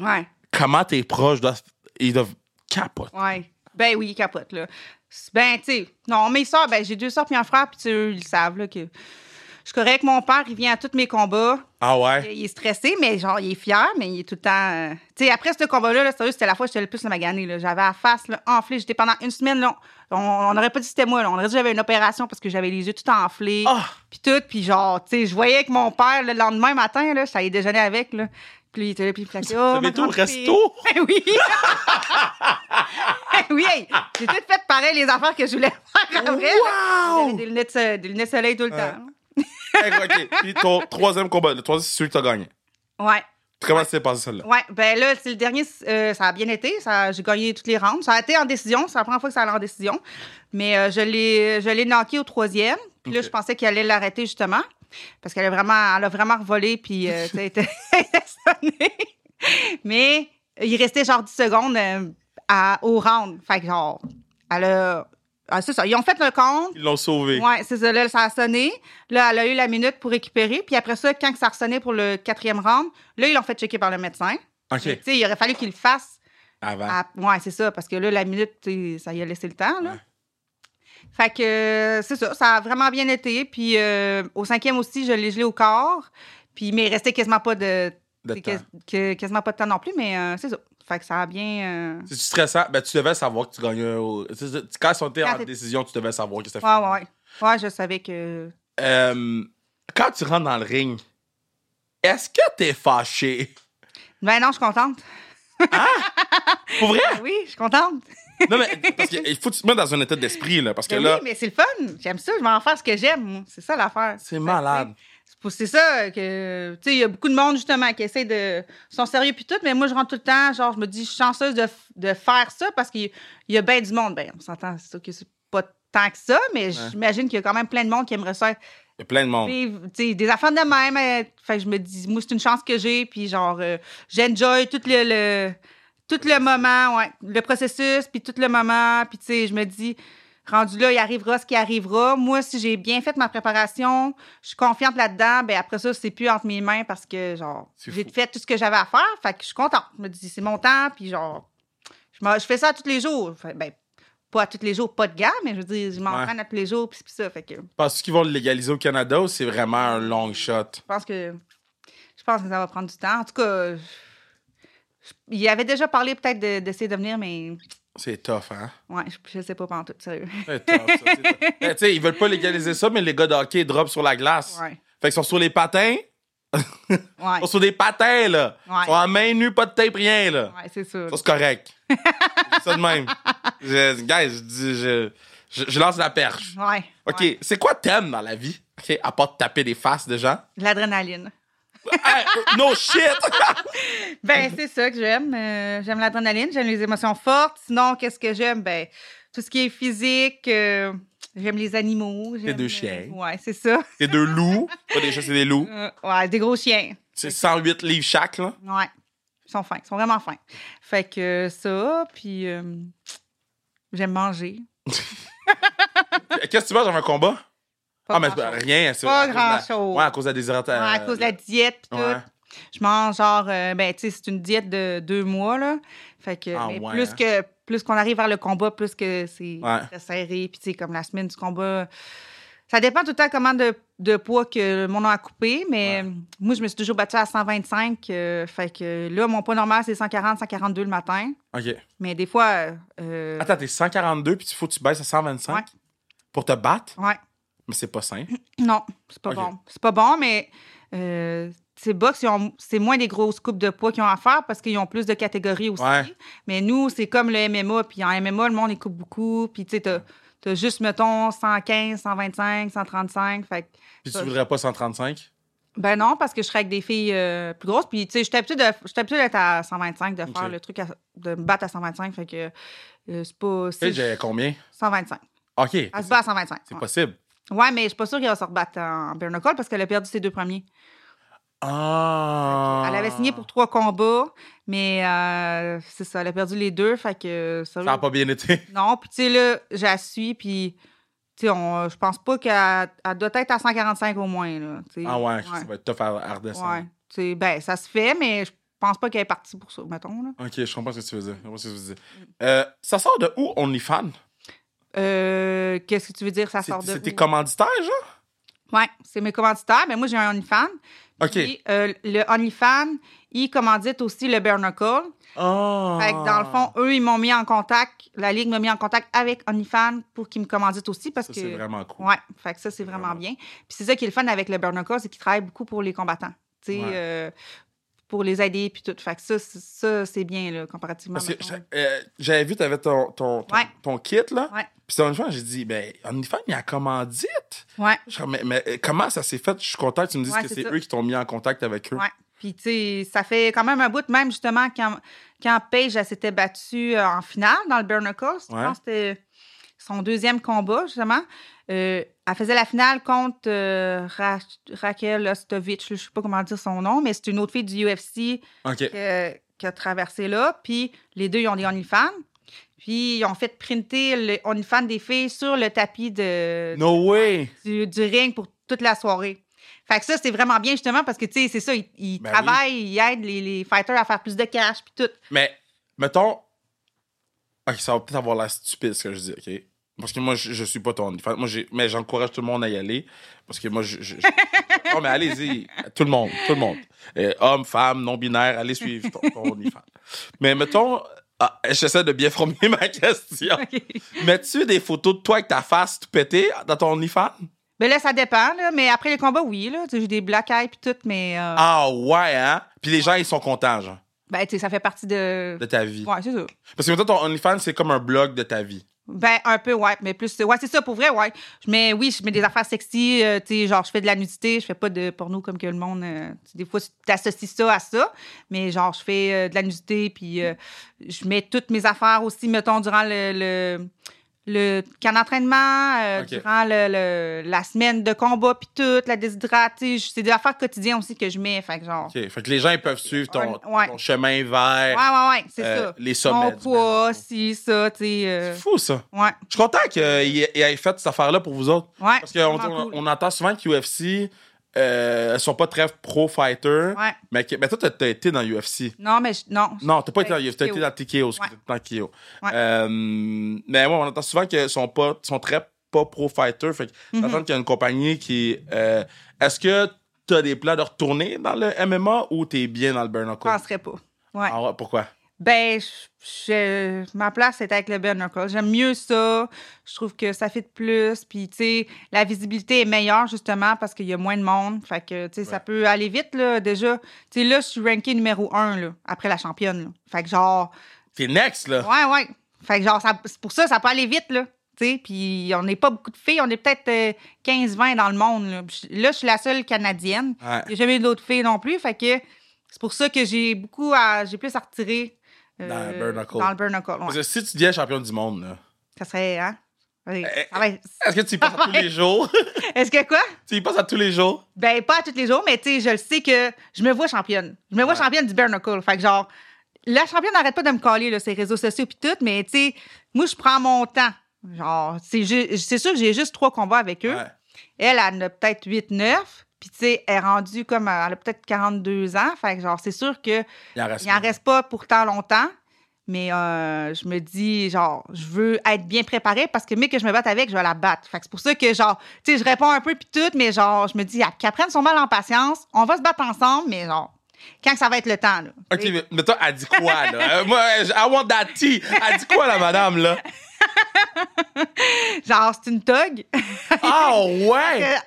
Ouais, Comment tes proches doivent... Ils doivent capoter. ouais. Ben oui, ils capotent, là. C'est- Ben, tu sais, non, mes soeurs, ben, j'ai deux soeurs puis un frère, puis tu sais, eux, ils le savent, là, que je suis correct. Mon père, il vient à tous mes combats. Ah ouais? Il est stressé, mais genre, il est fier, mais il est tout le temps. euh, Tu sais, après ce combat-là, là, sérieux, c'était la fois où j'étais le plus maganée. là. J'avais la face là, enflée. J'étais pendant une semaine, là, on on n'aurait pas dit que c'était moi. là. On aurait dit que j'avais une opération parce que j'avais les yeux tout enflés. Ah! Puis tout, puis genre, tu sais, je voyais que mon père, le lendemain matin, là, j'allais déjeuner avec. Là. Puis il était là, puis il me flaquait. Oh, T'avais ma été au grande fille. resto? Eh oui! Eh oui, hey, j'ai tout fait pareil les affaires que je voulais faire après. là. Wow! J'avais Des lunettes, euh, des lunettes soleil tout le Ouais. temps. Hey, OK. Puis ton troisième combat, le troisième, c'est celui que t'as gagné. Ouais. Comment s'est passé celle-là? Ouais, ben là, c'est le dernier, euh, ça a bien été. Ça, j'ai gagné toutes les rounds. Ça a été en décision. C'est la première fois que ça allait en décision. Mais euh, je l'ai, je l'ai knocké au troisième. Puis là, Ok. je pensais qu'elle allait l'arrêter justement. Parce qu'elle a vraiment, elle a vraiment revolé. Puis, euh, tu sais, elle était elle était sonnée. Mais il restait genre 10 secondes euh, à, au round. Fait que genre, elle a. ah, c'est ça. Ils ont fait le compte. Ils l'ont sauvé. Ouais, c'est ça. Là, ça a sonné. Là, elle a eu la minute pour récupérer. Puis après ça, quand ça a ressonné pour le quatrième round, là, ils l'ont fait checker par le médecin. Mais, OK. tu sais, il aurait fallu qu'il le fasse. Avant. à- Ouais, c'est ça, parce que là, la minute, tu sais, ça y a laissé le temps. Là. Ouais. Fait que euh, c'est ça, ça a vraiment bien été. Puis euh, au cinquième aussi, je l'ai gelé au corps. Puis, mais il restait quasiment pas de, de tu sais, temps. que- que- quasiment pas de temps non plus, mais euh, c'est ça. Fait que ça a bien. euh, Si tu stressant, ben, tu devais savoir que tu gagnais. au- tu sais, tu- Quand ils sont été Quand en t'es- décision, tu devais savoir que c'était Ouais, ouais, ouais. Ouais, je savais que. Euh, quand tu rentres dans le ring, est-ce que t'es fâché? Ben non, je suis contente. Pour vrai? Oui, je suis contente. Non, mais parce que il faut que tu te mettes dans un état d'esprit, là. Parce que Ben là, oui, mais c'est le fun. J'aime ça. Je vais en faire ce que j'aime. moi. C'est ça l'affaire. c'est Ben malade. C'est pour- C'est ça que. Tu sais, il y a beaucoup de monde, justement, qui essaie de. ils sont sérieux puis tout, mais moi, je rentre tout le temps. Genre, je me dis, je suis chanceuse de, f- de faire ça parce qu'il y- il y a bien du monde. Ben, on s'entend, c'est sûr que c'est pas tant que ça, mais j'imagine qu'il y a quand même plein de monde qui aimerait ça. Il y a plein de monde. vivre, Tu sais, des affaires de même. euh, fait que je me dis, moi, c'est une chance que j'ai, puis genre, euh, j'enjoy tout le. le- tout le moment, ouais, le processus, puis tout le moment, puis tu sais, je me dis, rendu là, il arrivera ce qui arrivera. Moi, si j'ai bien fait ma préparation, je suis confiante là-dedans, ben après ça, c'est plus entre mes mains parce que, genre, C'est j'ai fou. fait tout ce que j'avais à faire, fait que je suis contente. Je me dis, c'est mon temps, puis genre, je, m'en- je fais ça à tous les jours. Fait- ben, pas à tous les jours, pas de gars, mais je veux dire, je m'entraîne à tous les jours, puis c'est plus ça, fait que je Penses-tu qu'ils vont le légaliser au Canada ou c'est vraiment un long shot? pense que, je pense que ça va prendre du temps. En tout cas, je- je- il avait déjà parlé peut-être de- d'essayer de, venir, mais C'est tough, hein? ouais, je, je sais pas pantoute, sérieux. C'est tough, ça, c'est tough. Mais tu sais, ils veulent pas légaliser ça, mais les gars de hockey drop sur la glace. Ouais. Fait qu'ils sont sur les patins. Ouais, Ils sont sur des patins, là. Ouais. Ils sont en main nue, pas de tape, rien, là. ouais c'est sûr. Ça, c'est correct. C'est ça de même. Je, guys, je, dis- je, je- je lance la perche. Ouais. OK, ouais. c'est quoi t'aimes dans la vie? OK, à part de taper des faces de gens. De L'adrénaline. Hey, no shit! Ben, c'est ça que j'aime. Euh, j'aime l'adrénaline, j'aime les émotions fortes. Sinon, qu'est-ce que j'aime? Ben, tout ce qui est physique. euh, j'aime les animaux. j'aime, deux euh, chiens. ouais, c'est ça. c'est deux loups. Pas des chats, c'est des loups. Euh, ouais, des gros chiens. C'est 108 livres chaque, là. Ouais. Ils sont fins. Ils sont vraiment fins. Fait que euh, ça, puis euh, j'aime manger. Qu'est-ce que tu manges dans un combat? Pas ah, mais c'est pas- grand-chose. rien, c'est Pas à cause de la- grand-chose. Ouais, à cause de la déshydratation. Ouais, à cause de la diète pis Euh, Ouais. tout. Je mange genre, euh, ben, tu sais, c'est une diète de deux mois, là. Fait que, Ah, mais ouais, plus hein? que plus qu'on arrive vers le combat, plus que c'est Ouais. très serré. Puis, tu sais, comme la semaine du combat, ça dépend tout le temps comment de, de poids que mon nom a coupé, mais euh, moi, je me suis toujours battue à 125. euh, fait que là, mon poids normal, c'est 140, 142 le matin. OK. Mais des fois, euh, euh, Attends, t'es 142, puis il faut que tu baisses à 125 Ouais. pour te battre? ouais. Mais c'est pas sain. Non, c'est pas Ok. bon. C'est pas bon, mais euh, ces box, ils ont- c'est moins des grosses coupes de poids qu'ils ont à faire parce qu'ils ont plus de catégories aussi. Ouais. Mais nous, c'est comme le MMA. Puis en MMA, le monde, il coupe beaucoup. Puis tu sais, t'as, t'as juste, mettons, 115, 125, 135. Fait que, Puis tu Ça- voudrais pas 135? ben non, parce que je serais avec des filles euh, plus grosses. Puis tu sais, j'étais habituée de- j'étais habituée d'être à 125, de faire Ok. le truc, à- de me battre à 125. Fait que euh, c'est pas... Tu sais, C'est j'ai combien? 125. OK. Elle se C'est bat à 125. ouais. possible. Ouais, mais je suis pas sûre qu'elle va se rebattre en bare knuckle parce qu'elle a perdu ses deux premiers. Ah! Elle avait signé pour trois combats, mais euh, c'est ça, elle a perdu les deux, fait que ça, Ça a pas bien été. Non, puis tu sais, là, je la suis, puis tu sais, on- je pense pas qu'elle elle doit être à 145 au moins, là. tu sais. Ah ouais, ça ouais. va être tough à, hein. à redescendre. ouais. Tu sais, ben, ça se fait, mais je pense pas qu'elle est partie pour ça, mettons, là. OK, je comprends ce que tu veux dire. Je comprends ce que tu veux dire. Mm. Euh, ça sort de où, OnlyFans? Euh, Qu'est-ce que tu veux dire, ça C'est- sort de. C'est où? tes commanditaires, genre? Ouais, c'est mes commanditaires, mais moi, j'ai un OnlyFans. OK. Puis, euh, le OnlyFans, il commandite aussi le Bare Knuckle. Ah! Fait que dans le fond, eux, ils m'ont mis en contact, la Ligue m'a mis en contact avec OnlyFans pour qu'ils me commanditent aussi parce Ça, que. c'est vraiment cool. Ouais, fait que ça, c'est vraiment Vraiment. bien. Puis c'est ça qui est le fun avec le Burn Call, c'est qu'ils travaillent beaucoup pour les combattants. Tu sais, Ouais. euh, pour les aider, puis tout. Fait que ça, c'est- ça, c'est bien, là, comparativement. Parce que mettons. j'a- euh, j'avais vu, t'avais ton, ton, ton, Ouais. ton kit, là. Ouais. Puis sur OnlyFans, j'ai dit, ben, OnlyFans, il y a commandite. Ouais, Je suis comme, mais, mais, euh, comment ça s'est fait? Je suis content que tu me dises Ouais, que c'est c'est ça. eux qui t'ont mis en contact avec eux. ouais. Puis, tu sais, ça fait quand même un bout, même justement, quand, quand Paige, elle s'était battue euh, en finale dans le Burn Call, je Ouais. pense que c'était son deuxième combat, justement. Euh, elle faisait la finale contre euh, Ra- Raquel Ostovich, je sais pas comment dire son nom, mais c'est une autre fille du UFC. OK. que- qui a traversé là. Puis les deux, ils ont des OnlyFans. Puis ils ont fait printer les OnlyFans des filles sur le tapis de, No way! du, du ring pour toute la soirée. Fait que ça, c'est vraiment bien justement parce que, tu sais, c'est ça, ils, ils Ben oui. travaillent, ils aident les, les fighters à faire plus de cash, puis tout. Mais, mettons. Ok, ça va peut-être avoir l'air stupide ce que je dis, ok? Parce que moi, je, je suis pas ton fan. Moi, j'ai- mais j'encourage tout le monde à y aller. Parce que moi, je. je- je- non, mais allez-y. Tout le monde. Tout le monde. Euh, hommes, femmes, non-binaires, allez suivre ton, ton OnlyFans. Mais mettons. ah, J'essaie de bien formuler ma question. Mets-tu des photos de toi avec ta face tout pétée dans ton OnlyFans? Ben là, ça dépend, là, mais après les combats, oui, là. Tu sais, J'ai des black eyes, puis tout, mais euh, Ah ouais, hein? Puis les gens, ils sont contents, genre, ben, tu sais, ça fait partie de. de ta vie. Ouais, c'est ça. Parce que mettons, ton OnlyFans, c'est comme un blog de ta vie. Ben, un peu, ouais, mais plus. Ouais, c'est ça, pour vrai, ouais. Je mets, oui, je mets des affaires sexy, euh, tu sais, genre, je fais de la nudité, je fais pas de porno comme que le monde. euh, tu sais, des fois, tu associes ça à ça, mais genre, je fais euh, de la nudité, puis euh, je mets toutes mes affaires aussi, mettons, durant le. le le camp d'entraînement, euh, Ok. durant le- le- la semaine de combat, puis tout, la déshydrate, tu sais, c'est des affaires quotidiennes aussi que je mets, fait que genre... OK. Fait que les gens, ils peuvent suivre ton, Un- ouais. ton chemin vers Ouais, ouais, ouais, c'est euh, ça. euh. les sommets. Mon du poids, Manhattan. si, ça, tu sais... euh, C'est fou, ça. ouais, Je suis content qu'il ait fait cette affaire-là pour vous autres. ouais. Parce qu'on vraiment on- cool. on entend souvent que UFC, euh, elles sont pas très pro-fighter. Ouais. Mais, que- mais toi, t'as t'as été dans UFC. Non, mais je- non. Non, t'as pas été dans Avec UFC, t'as été TKO. dans TKO. excusez, Ouais. Dans TKO. Ouais. Euh, mais ouais, on entend souvent qu'elles sont, pas- sont très pas pro-fighter. Fait que Mm-hmm. t'entends qu'il y a une compagnie qui. euh, Est-ce que t'as des plans de retourner dans le MMA ou t'es bien dans le burn Je penserais pas. Ouais. Ah ouais, pourquoi? Ben, je- je- ma place est avec le bare knuckle. J'aime mieux ça. Je trouve que ça fit plus. Puis, tu sais, la visibilité est meilleure, justement, parce qu'il y a moins de monde. Fait que, tu sais, Ouais. ça peut aller vite, là, déjà. Tu sais, là, je suis rankée numéro un, là, après la championne. là. Fait que, genre, T'es next, là. ouais, ouais. Fait que, genre, ça- c'est pour ça, ça peut aller vite, là. Tu sais, puis on n'est pas beaucoup de filles. On est peut-être euh, 15-20 dans le monde, là. Puis je- Là, je suis la seule Canadienne. Ouais. Il n'y a jamais eu d'autres filles non plus. Fait que c'est pour ça que j'ai beaucoup à. J'ai plus à retirer. euh, Dans le bare knuckle. Dans le bare knuckle, ouais. Parce que si tu deviens champion du monde, là, Ça serait. Hein? Oui. Eh, Ah ouais. est-ce que tu y penses à tous les jours? Est-ce que quoi? tu y penses à tous les jours? Ben, pas à tous les jours, mais tu sais, je le sais que je me vois championne. Je me vois Ouais. championne du bare knuckle. Fait que genre, la championne n'arrête pas de me coller, là, ses réseaux sociaux puis tout, mais tu sais, moi, je prends mon temps. Genre, c'est ju- c'est sûr que j'ai juste trois combats avec eux. Ouais. Elle, elle en a peut-être 8-9. Puis, tu sais, elle est rendue comme. Elle a peut-être 42 ans. Fait que, genre, c'est sûr que Il en reste. il n'en reste pas pour tant longtemps. Mais euh, je me dis, genre, je veux être bien préparée parce que, mais que je me batte avec, je vais la battre. Fait que c'est pour ça que, genre, tu sais, je réponds un peu puis tout, mais genre, je me dis, ah, qu'elle prenne son mal en patience, on va se battre ensemble, mais genre, quand que ça va être le temps, là. OK, mais, mais toi, elle dit quoi, là? Euh, Moi, je- I want that tea. Elle dit quoi, la madame, là? Genre, c'est une togue. Ah, ouais! Euh,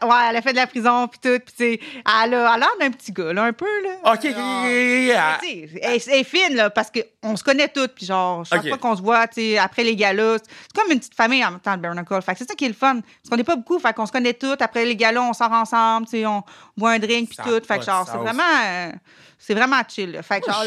ouais, elle a fait de la prison puis tout, puis tu sais, elle a elle a l'air d'un petit gars, là, un peu, là. OK, OK, OK, OK, Ah, Mais OK. tu sais, Elle, elle est fine, là, parce qu'on se connaît toutes. Puis genre, chaque Ok. fois qu'on se voit, tu sais, après les galas, c'est comme une petite famille en même temps, le Baron Call. Fait que c'est ça qui est le fun. Parce qu'on n'est pas beaucoup, fait qu'on se connaît toutes. Après les galas, on sort ensemble, tu sais, on boit un drink, puis Ça a tout. pas Fait de Oh, que genre, c'est sens. vraiment... euh, c'est vraiment chill, là. Fait que genre...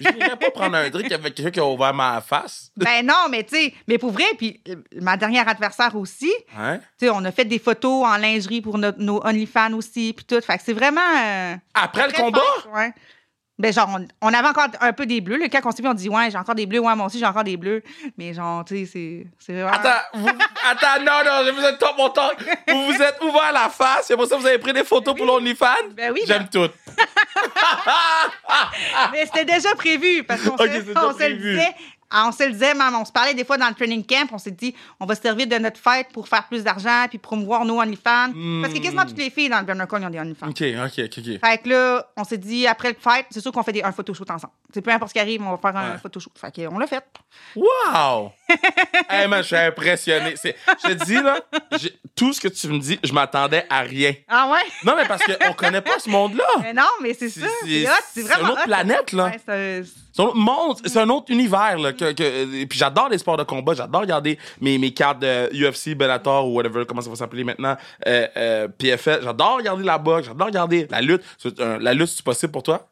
Je n'irais pas prendre un drink avec quelqu'un qui a ouvert ma face. Ben non, mais tu sais, mais pour vrai, puis euh, ma dernière adversaire aussi, Hein? tu sais, on a fait des photos en lingerie pour notre- nos OnlyFans aussi, puis tout. Fait que c'est vraiment... euh, Après le Très combat? fort, ouais. Ben, genre, on, on avait encore un peu des bleus. Le quand on s'est vu, on dit, ouais, j'ai encore des bleus. Ouais, moi aussi, j'ai encore des bleus. Mais, genre, tu sais, c'est- c'est vraiment. Attends, vous- attends, non, non, je vous ai top mon temps. Vous vous êtes ouvert la face, c'est pour ça que vous avez pris des photos pour l'OnlyFans? Ben oui, J'aime tout. Ah, Mais c'était déjà prévu parce qu'on Ok, se- c'était déjà on se le prévu. disait. ah, On se le disait, même, on se parlait des fois dans le training camp, on s'est dit, on va se servir de notre fête pour faire plus d'argent puis promouvoir nos OnlyFans. Parce que quasiment toutes les filles dans le Burner Call, ils ont des OnlyFans. Hmm. OK, OK, OK, OK. Fait que là, on s'est dit, après le fête, c'est sûr qu'on fait des, un photoshoot ensemble. C'est peu importe ce qui arrive, on va faire un Ouais. photoshoot. Fait que on l'a fait. Wow! hey man, je suis impressionné. C'est- Je te dis, là, j'ai- tout ce que tu me dis, je m'attendais à rien. Ah ouais? Non, mais parce qu'on connaît pas ce monde-là. Mais non, mais c'est ça. C'est hot, c'est c'est une vraiment autre hot. planète, là. Ouais, c'est- C'est un autre monde, c'est un autre univers. Là, que, que- et puis j'adore les sports de combat, j'adore regarder mes, mes cartes de UFC, Bellator ou whatever, comment ça va s'appeler maintenant, euh, euh, PFL. J'adore regarder la boxe, j'adore regarder la lutte. C'est un- la lutte, c'est possible pour toi?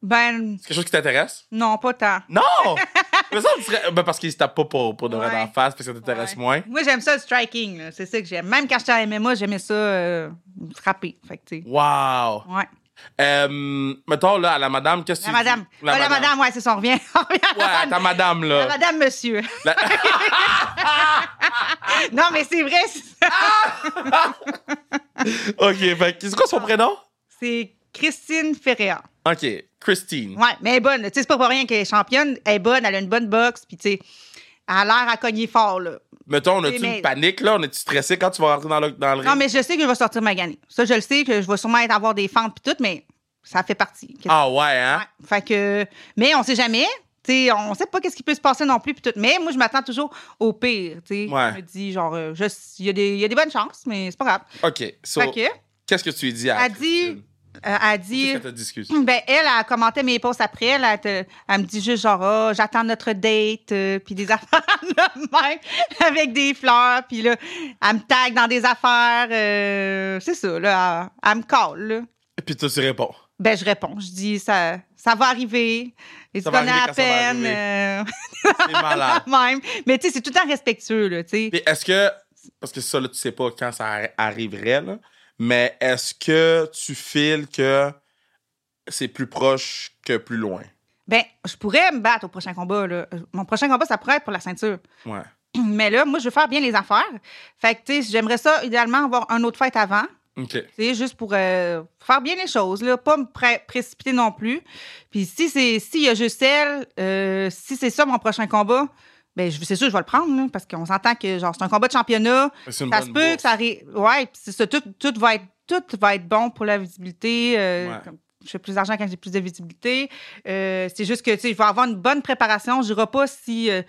Ben, C'est quelque chose qui t'intéresse? non, pas tant. Non! Mais ça, tu serais- ben, parce qu'ils se tapent pas pour, pour de vrai Ouais. dans la face, parce que ça t'intéresse Ouais. moins. Moi, j'aime ça, le striking. là. C'est ça que j'aime. Même quand j'étais à MMA, j'aimais ça euh, frapper. Fait que, tu sais. Wow! Ouais. Euh, mettons, là, à la madame, qu'est-ce que La tu dis? madame. Ah, La, madame. ouais, c'est ça, on revient. On revient à la Ouais, à ta madame, là. la madame, monsieur. La- non, mais c'est vrai, c'est ça. OK, fait que c'est quoi son prénom? C'est Christine Ferrea. OK, Christine. Ouais, mais elle est bonne. Tu sais, c'est pas pour rien qu'elle est championne. Elle est bonne, elle a une bonne boxe, puis tu sais, elle a l'air à cogner fort, là. Mettons, on a-tu Oui, mais- une panique, là? On est-tu stressé quand tu vas rentrer dans le, dans le Non, ring? mais je sais que je vais sortir ma gagnée. Ça, je le sais, que je vais sûrement être- avoir des fentes, puis tout, mais ça fait partie. Ah ouais, hein? Ouais. Fait que, mais on sait jamais. T'sais, on sait pas qu'est-ce qui peut se passer non plus. puis tout. Mais moi, je m'attends toujours au pire. t'sais. Ouais. Je me dis, genre, euh, je- il y, a des- il y a des bonnes chances, mais c'est pas grave. OK, so, fait que, euh, qu'est-ce que tu lui dis à Elle dit- Christine? elle a dit. Qu'est-ce que t'as dit, excuse? Ben, elle, elle commentait mes posts après. Elle, elle te- elle me dit juste genre, Ah, j'attends notre date, euh, puis des affaires de même, avec des fleurs. Puis là, elle me tag dans des affaires. euh, c'est ça, là. Elle, elle me colle, là. Et puis toi, tu réponds. Ben, je réponds. Je dis, ça, ça va arriver. Et tu Ça va connais arriver à quand ça va peine. C'est malade. euh, même. Mais tu sais, c'est tout le temps respectueux, là, tu sais. Puis est-ce que... Parce que ça, là, tu sais pas quand ça arri- arriverait, là. Mais est-ce que tu files que c'est plus proche que plus loin? Ben, je pourrais me battre au prochain combat, là. Euh, Mon prochain combat, ça pourrait être pour la ceinture. Ouais. Mais là, moi, je veux faire bien les affaires. Fait que, tu sais, j'aimerais ça, idéalement, avoir un autre fight avant. OK. Tu sais, juste pour euh, faire bien les choses, là. Pas me pré- précipiter non plus. Puis si c'est... S'il y a juste elle, euh, si c'est ça, mon prochain combat... Ben, je- c'est sûr, je vais le prendre, là, parce qu'on s'entend que genre c'est un combat de championnat. C'est une ça bonne se peut bourse. que ça arrive. Ouais, puis c'est ça. Tout, tout va être, tout va être bon pour la visibilité. euh, Ouais. comme- je fais plus d'argent quand j'ai plus de visibilité. Euh, c'est juste que, tu sais, je vais avoir une bonne préparation. Je n'irai pas si, euh,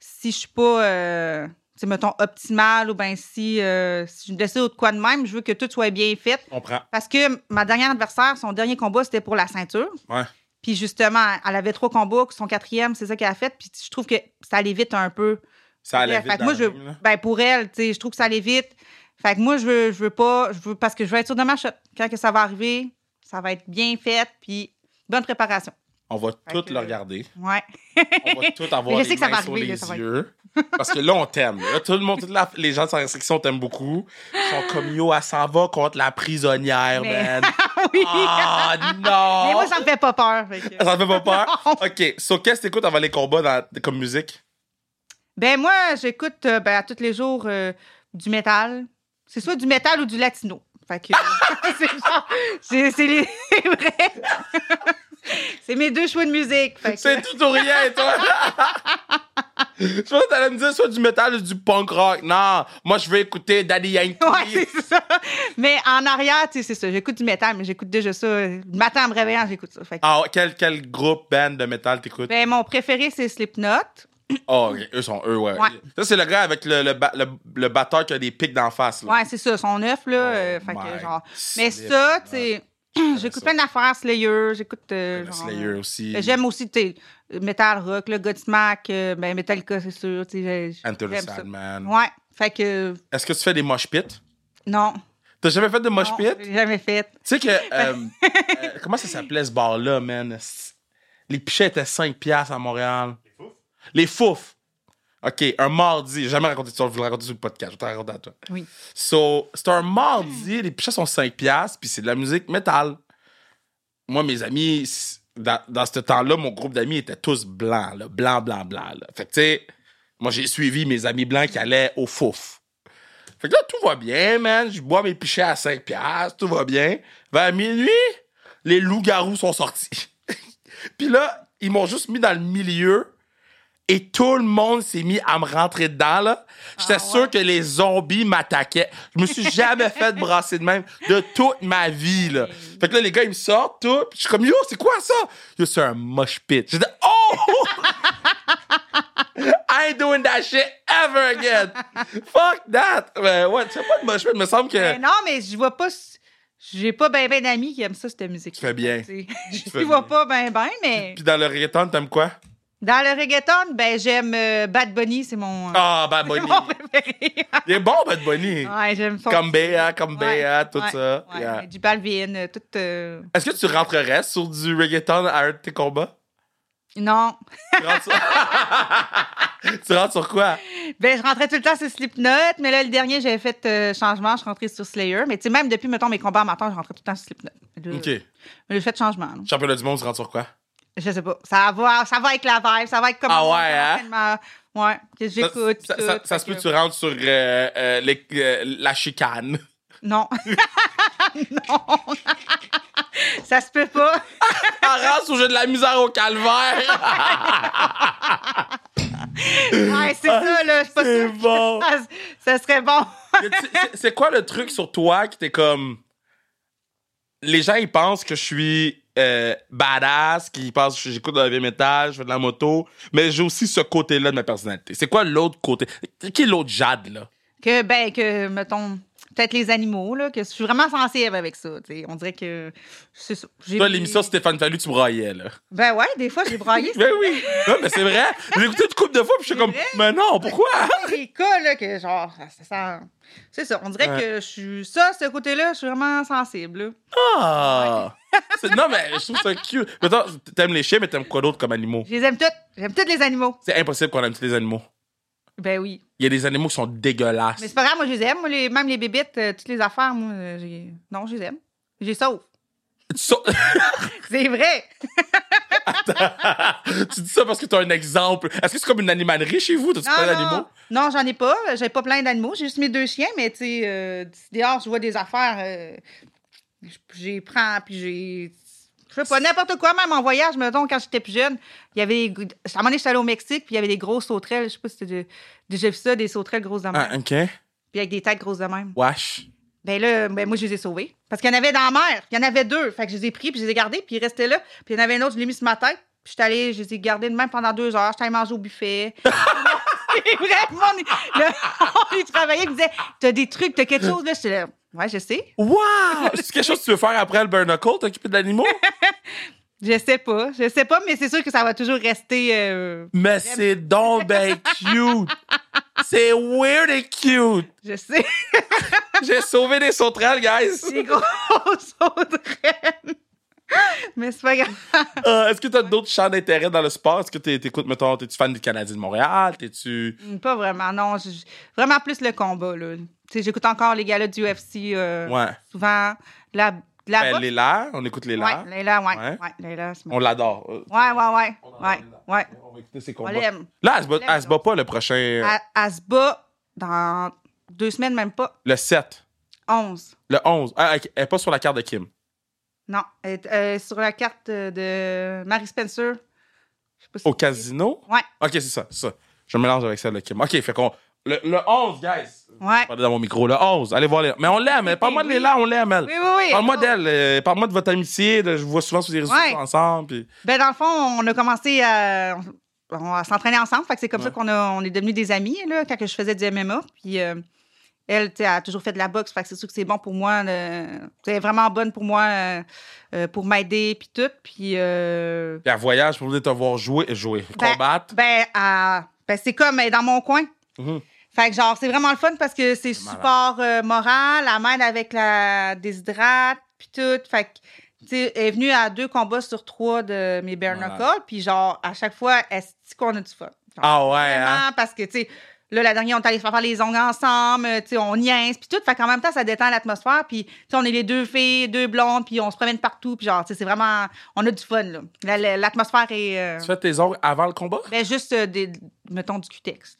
si je suis pas, euh, tu sais, mettons, optimale ou ben si, euh, si je me décide de quoi de même. Je veux que tout soit bien fait. On prend. Parce que ma dernière adversaire, son dernier combat, c'était pour la ceinture. Ouais. Puis justement, elle avait trois combats, son quatrième, c'est ça qu'elle a fait. Puis je trouve que ça allait vite un peu. Ça allait Ouais, vite fait que dans moi, le je veux- ring, là. ben, pour elle, tu sais, je trouve que ça allait vite. Fait que moi, je veux, je veux pas, je veux, parce que je veux être sûre de ma shot. Quand que ça va arriver, ça va être bien fait, puis bonne préparation. On va tout que- le regarder. Ouais. On va tout avoir Mais je sais les que ça mains va sur arriver, les là, ça va yeux. Parce que là, on t'aime. Là, tout le monde, toutes la- les gens sans restriction t'aiment beaucoup. Ils sont comme yo, elle s'en va contre la prisonnière, Mais- man. oui. Ah non! Mais moi, ça me fait pas peur. fait que- Ça te fait pas peur? Non. ok, so qu'est-ce que t'écoutes avant les combats dans- comme musique? Ben, moi, j'écoute, euh, ben, à tous les jours, euh, du métal. C'est soit du métal ou du latino. Fait que. c'est genre- c'est- c'est les- c'est vrai. c'est mes deux choix de musique. Fait que- C'est tout ou rien, toi. je pense que t'allais me dire soit du métal ou du punk rock. Non, moi, je veux écouter Daddy Yankee. Ouais, c'est ça. Mais en arrière, tu sais, c'est ça. J'écoute du métal, mais j'écoute déjà ça. Le matin en me réveillant, j'écoute ça. Fait que- Ah, ouais, quel, quel groupe, band de métal t'écoutes? Ben, mon préféré, c'est Slipknot. Oh, ok, eux sont eux, ouais. Ouais. Ça, c'est le gars avec le, le, ba- le, le batteur qui a des pics d'en face. Là. Ouais, c'est ça, son œuf, là. Oh euh, fait que, my genre. Slipknot. Mais ça, tu sais, j'écoute ça. plein d'affaires, Slayer, j'écoute. euh, Le genre, Slayer aussi. euh, J'aime aussi, tu sais, metal rock, le Godsmack, euh, ben, Metallica, c'est sûr, tu sais. j'ai- Enter the j'aime ça. Sandman. Ouais, fait que, euh, Est-ce que tu fais des mosh pits? non. T'as jamais fait de mosh non, pit? je Tu l'ai jamais fait. sais que. euh, euh, comment ça s'appelait ce bar-là, man? Les pichets étaient 5$ piastres à Montréal. Les fouf. OK, un mardi. J'ai jamais raconté ça, je vous le raconter sur le podcast. Je vais te le raconter à toi. Oui. So, c'est un mardi, les pichets sont 5$, piastres, puis c'est de la musique métal. Moi, mes amis, c- dans, dans ce temps-là, mon groupe d'amis était tous blancs, là, blanc, blanc, blanc. là. Fait que, tu sais, moi, j'ai suivi mes amis blancs qui allaient au fouf. Fait que là, tout va bien, man. Je bois mes pichets à 5$, piastres, tout va bien. Vers minuit, les loups-garous sont sortis. puis là, ils m'ont juste mis dans le milieu. Et tout le monde s'est mis à me rentrer dedans, là. J'étais Ah, sûr ouais. que les zombies m'attaquaient. Je me suis jamais fait brasser de même de toute ma vie, là. Fait que là, les gars, ils me sortent, tout. Puis je suis comme, yo, c'est quoi ça? Yo, c'est un mosh pit. J'étais, oh! I ain't doing that shit ever again. Fuck that. Ben ouais, tu fais pas de mosh pit. Il me semble que Ben non, mais je vois pas. s- J'ai pas ben ben d'amis qui aiment ça, cette musique. tu fais bien. Je fais les vois bien. pas ben ben, mais. Puis dans le reggaeton, t'aimes quoi? Dans le reggaeton, ben j'aime euh, Bad Bunny, c'est mon, euh, Ah, Bad c'est Bunny. mon préféré. Il est bon, Bad Bunny. ouais, j'aime son. Cambea, Cambea, Ouais, tout ouais, ça. ouais, Yeah. Du Balvin, euh, tout. euh, Est-ce que tu rentrerais sur du reggaeton à un de tes combats? Non. Tu rentres sur, tu rentres sur quoi? Ben, je rentrais tout le temps sur Slipknot, mais là, le dernier, j'avais fait euh, changement, je rentrais sur Slayer. Mais tu sais, même depuis, mettons, mes combats amateurs, je rentrais tout le temps sur Slipknot. Là, OK. J'ai fait changement. là. Championnat du monde, tu rentres sur quoi? Je sais pas. Ça va, ça va avec la vibe, ça va avec comment. Ah ouais, hein? comment- Ouais, que Ça- j'écoute. Ça, pis ça- tout, ça fait se peut que- que tu rentres sur euh, euh, les- euh, la chicane. Non. non. ça se peut pas. Ah, rentre sur j'ai de la misère au calvaire. Ouais, c'est ça, là. Je suis pas Ah, c'est sûre que bon. Ça, ça serait bon. Y a-tu- c'est- C'est quoi le truc sur toi qui t'es comme. Les gens, ils pensent que je suis euh, badass, qu'ils pensent que j'écoute de la heavy metal, je fais de la moto, mais j'ai aussi ce côté-là de ma personnalité. C'est quoi l'autre côté? Qui est l'autre Jade, là? Que, ben, que, mettons, peut-être les animaux, là, que je suis vraiment sensible avec ça. tu sais. On dirait que. C'est ça. J'ai- Toi, l'émission Stéphane Fallu, tu braillais, là. Ben ouais, des fois, j'ai braillé. Ben oui! Non, mais c'est vrai! J'ai écouté une couple de fois, puis je suis comme, vrai? mais non, pourquoi? C'est des cas, là, que genre, ça, ça sent- C'est ça. On dirait Ouais. que je suis. Ça, ce côté-là, je suis vraiment sensible, là. Ah! C'est- Non, mais je trouve ça cute. Mais attends, t'aimes les chiens, mais t'aimes quoi d'autre comme animaux? Je les aime toutes. J'aime toutes les animaux. C'est impossible qu'on aime tous les animaux. Ben oui. Il y a des animaux qui sont dégueulasses. Mais c'est pas grave, moi, je les aime. Moi, les- même les bébites, euh, toutes les affaires, moi, euh, j'ai- non, je les aime. Je les sauve. Tu sors- C'est vrai. tu dis ça parce que t'as un exemple. Est-ce que c'est comme une animalerie chez vous? T'as-tu plein d'animaux? Ah, Non, j'en ai pas. J'ai pas plein d'animaux. J'ai juste mes deux chiens, mais tu sais, euh, d'ici dehors, je vois des affaires. euh, je- J'y prends, puis j'ai. Je sais pas, n'importe quoi, même en voyage, mettons, quand j'étais plus jeune, il y avait. des- À un moment donné, j'étais allée au Mexique, puis il y avait des grosses sauterelles. Je sais pas si t'as déjà- déjà vu ça, des sauterelles grosses de même. Ah, ok. Puis avec des têtes grosses de même. Wesh. Ben là, ben moi, je les ai sauvés. Parce qu'il y en avait dans la mer. Il y en avait deux. Fait que je les ai pris, puis je les ai gardés, puis ils restaient là. Puis il y en avait un autre, je l'ai mis sur ma tête. Puis j'étais allée, je les ai gardés de même pendant deux heures. J'étais allée manger au buffet. C'est vrai, le monde, le- on y travaillait, il me disait T'as des trucs, t'as quelque chose, là. J'étais là, ouais, je sais. Wow! C'est quelque chose que tu veux faire après le burn-knuckle, t'occuper de l'animal? Je sais pas. Je sais pas, mais c'est sûr que ça va toujours rester. euh, Mais c'est donc ben cute! C'est weird et cute! je sais, J'ai sauvé des sauterelles, guys! des grosses sauterelles. mais c'est pas grave. Euh, Est-ce que t'as d'autres champs d'intérêt dans le sport? Est-ce que t'es- t'écoutes, mettons, t'es-tu fan du Canadien de Montréal? T'es-tu. Pas vraiment, non. je- je- Vraiment plus le combat, là. Tu sais, j'écoute encore les galas du UFC. euh, Ouais. souvent de la, de la Ben, boxe. Léla, on écoute Léla. Ouais, Léla, ouais. Ouais. Ouais, Léla, c'est ma- On l'adore. Euh, Ouais, ouais, ouais. on adore Ouais, Léla. ouais. On va écouter ses On combats. l'aime. Ah. Là, elle se bat, On l'aime, elle se bat pas le prochain. euh, Elle elle se bat dans Deux semaines, même pas. Le 7. 11. Le 11. Ah, ok, elle est pas sur la carte de Kim. Non. Elle est, euh, sur la carte de Mary Spencer. Je sais pas si- Au casino? Ouais. Ok, c'est ça, c'est ça. Je me mélange avec celle de Kim. Ok, fait qu'on. Le, le 11, guys. Ouais. Parlez dans mon micro, le 11. Allez voir les. Mais on l'aime, elle. Parle-moi de Oui. Léla, on l'aime, elle. Oui, oui, oui. Parle-moi Oh. d'elle. euh, Parle-moi de votre amitié. de- je vous vois souvent sur les réseaux Ouais. sociaux ensemble. Puis... Ben, dans le fond, on a commencé à, on- à s'entraîner ensemble. Fait que c'est comme ça qu'on a- on est devenus des amis, là, quand que je faisais du MMA. Puis euh, elle, tu sais, elle a toujours fait de la boxe. Fait que c'est sûr que c'est bon pour moi. là. Tu sais, Elle est vraiment bonne pour moi, euh, euh, pour m'aider, puis tout. Puis, euh, Puis elle voyage pour venir te voir jouer. jouer Ben- combattre. ben, elle- ben, c'est comme elle est dans mon coin. Mhm. Fait que genre, c'est vraiment le fun parce que c'est malade. support euh, moral, elle m'aide avec la déshydrate, puis tout. Fait que, tu sais, elle est venue à deux combats sur trois de mes bare Malade. knuckles, puis genre, à chaque fois, est-ce qu'on a du fun? Genre, Ah ouais, hein? Vraiment, parce que, tu sais, là, la dernière, on est allé se faire faire les ongles ensemble, euh, tu sais, on niaise, puis tout. Fait qu'en même temps, ça détend l'atmosphère, puis, tu sais, on est les deux filles, deux blondes, puis on se promène partout, puis genre, tu sais, c'est vraiment, on a du fun, là. La- la- L'atmosphère est. euh, Tu fais tes ongles avant le combat? ben, juste, euh, des, mettons, du cutex.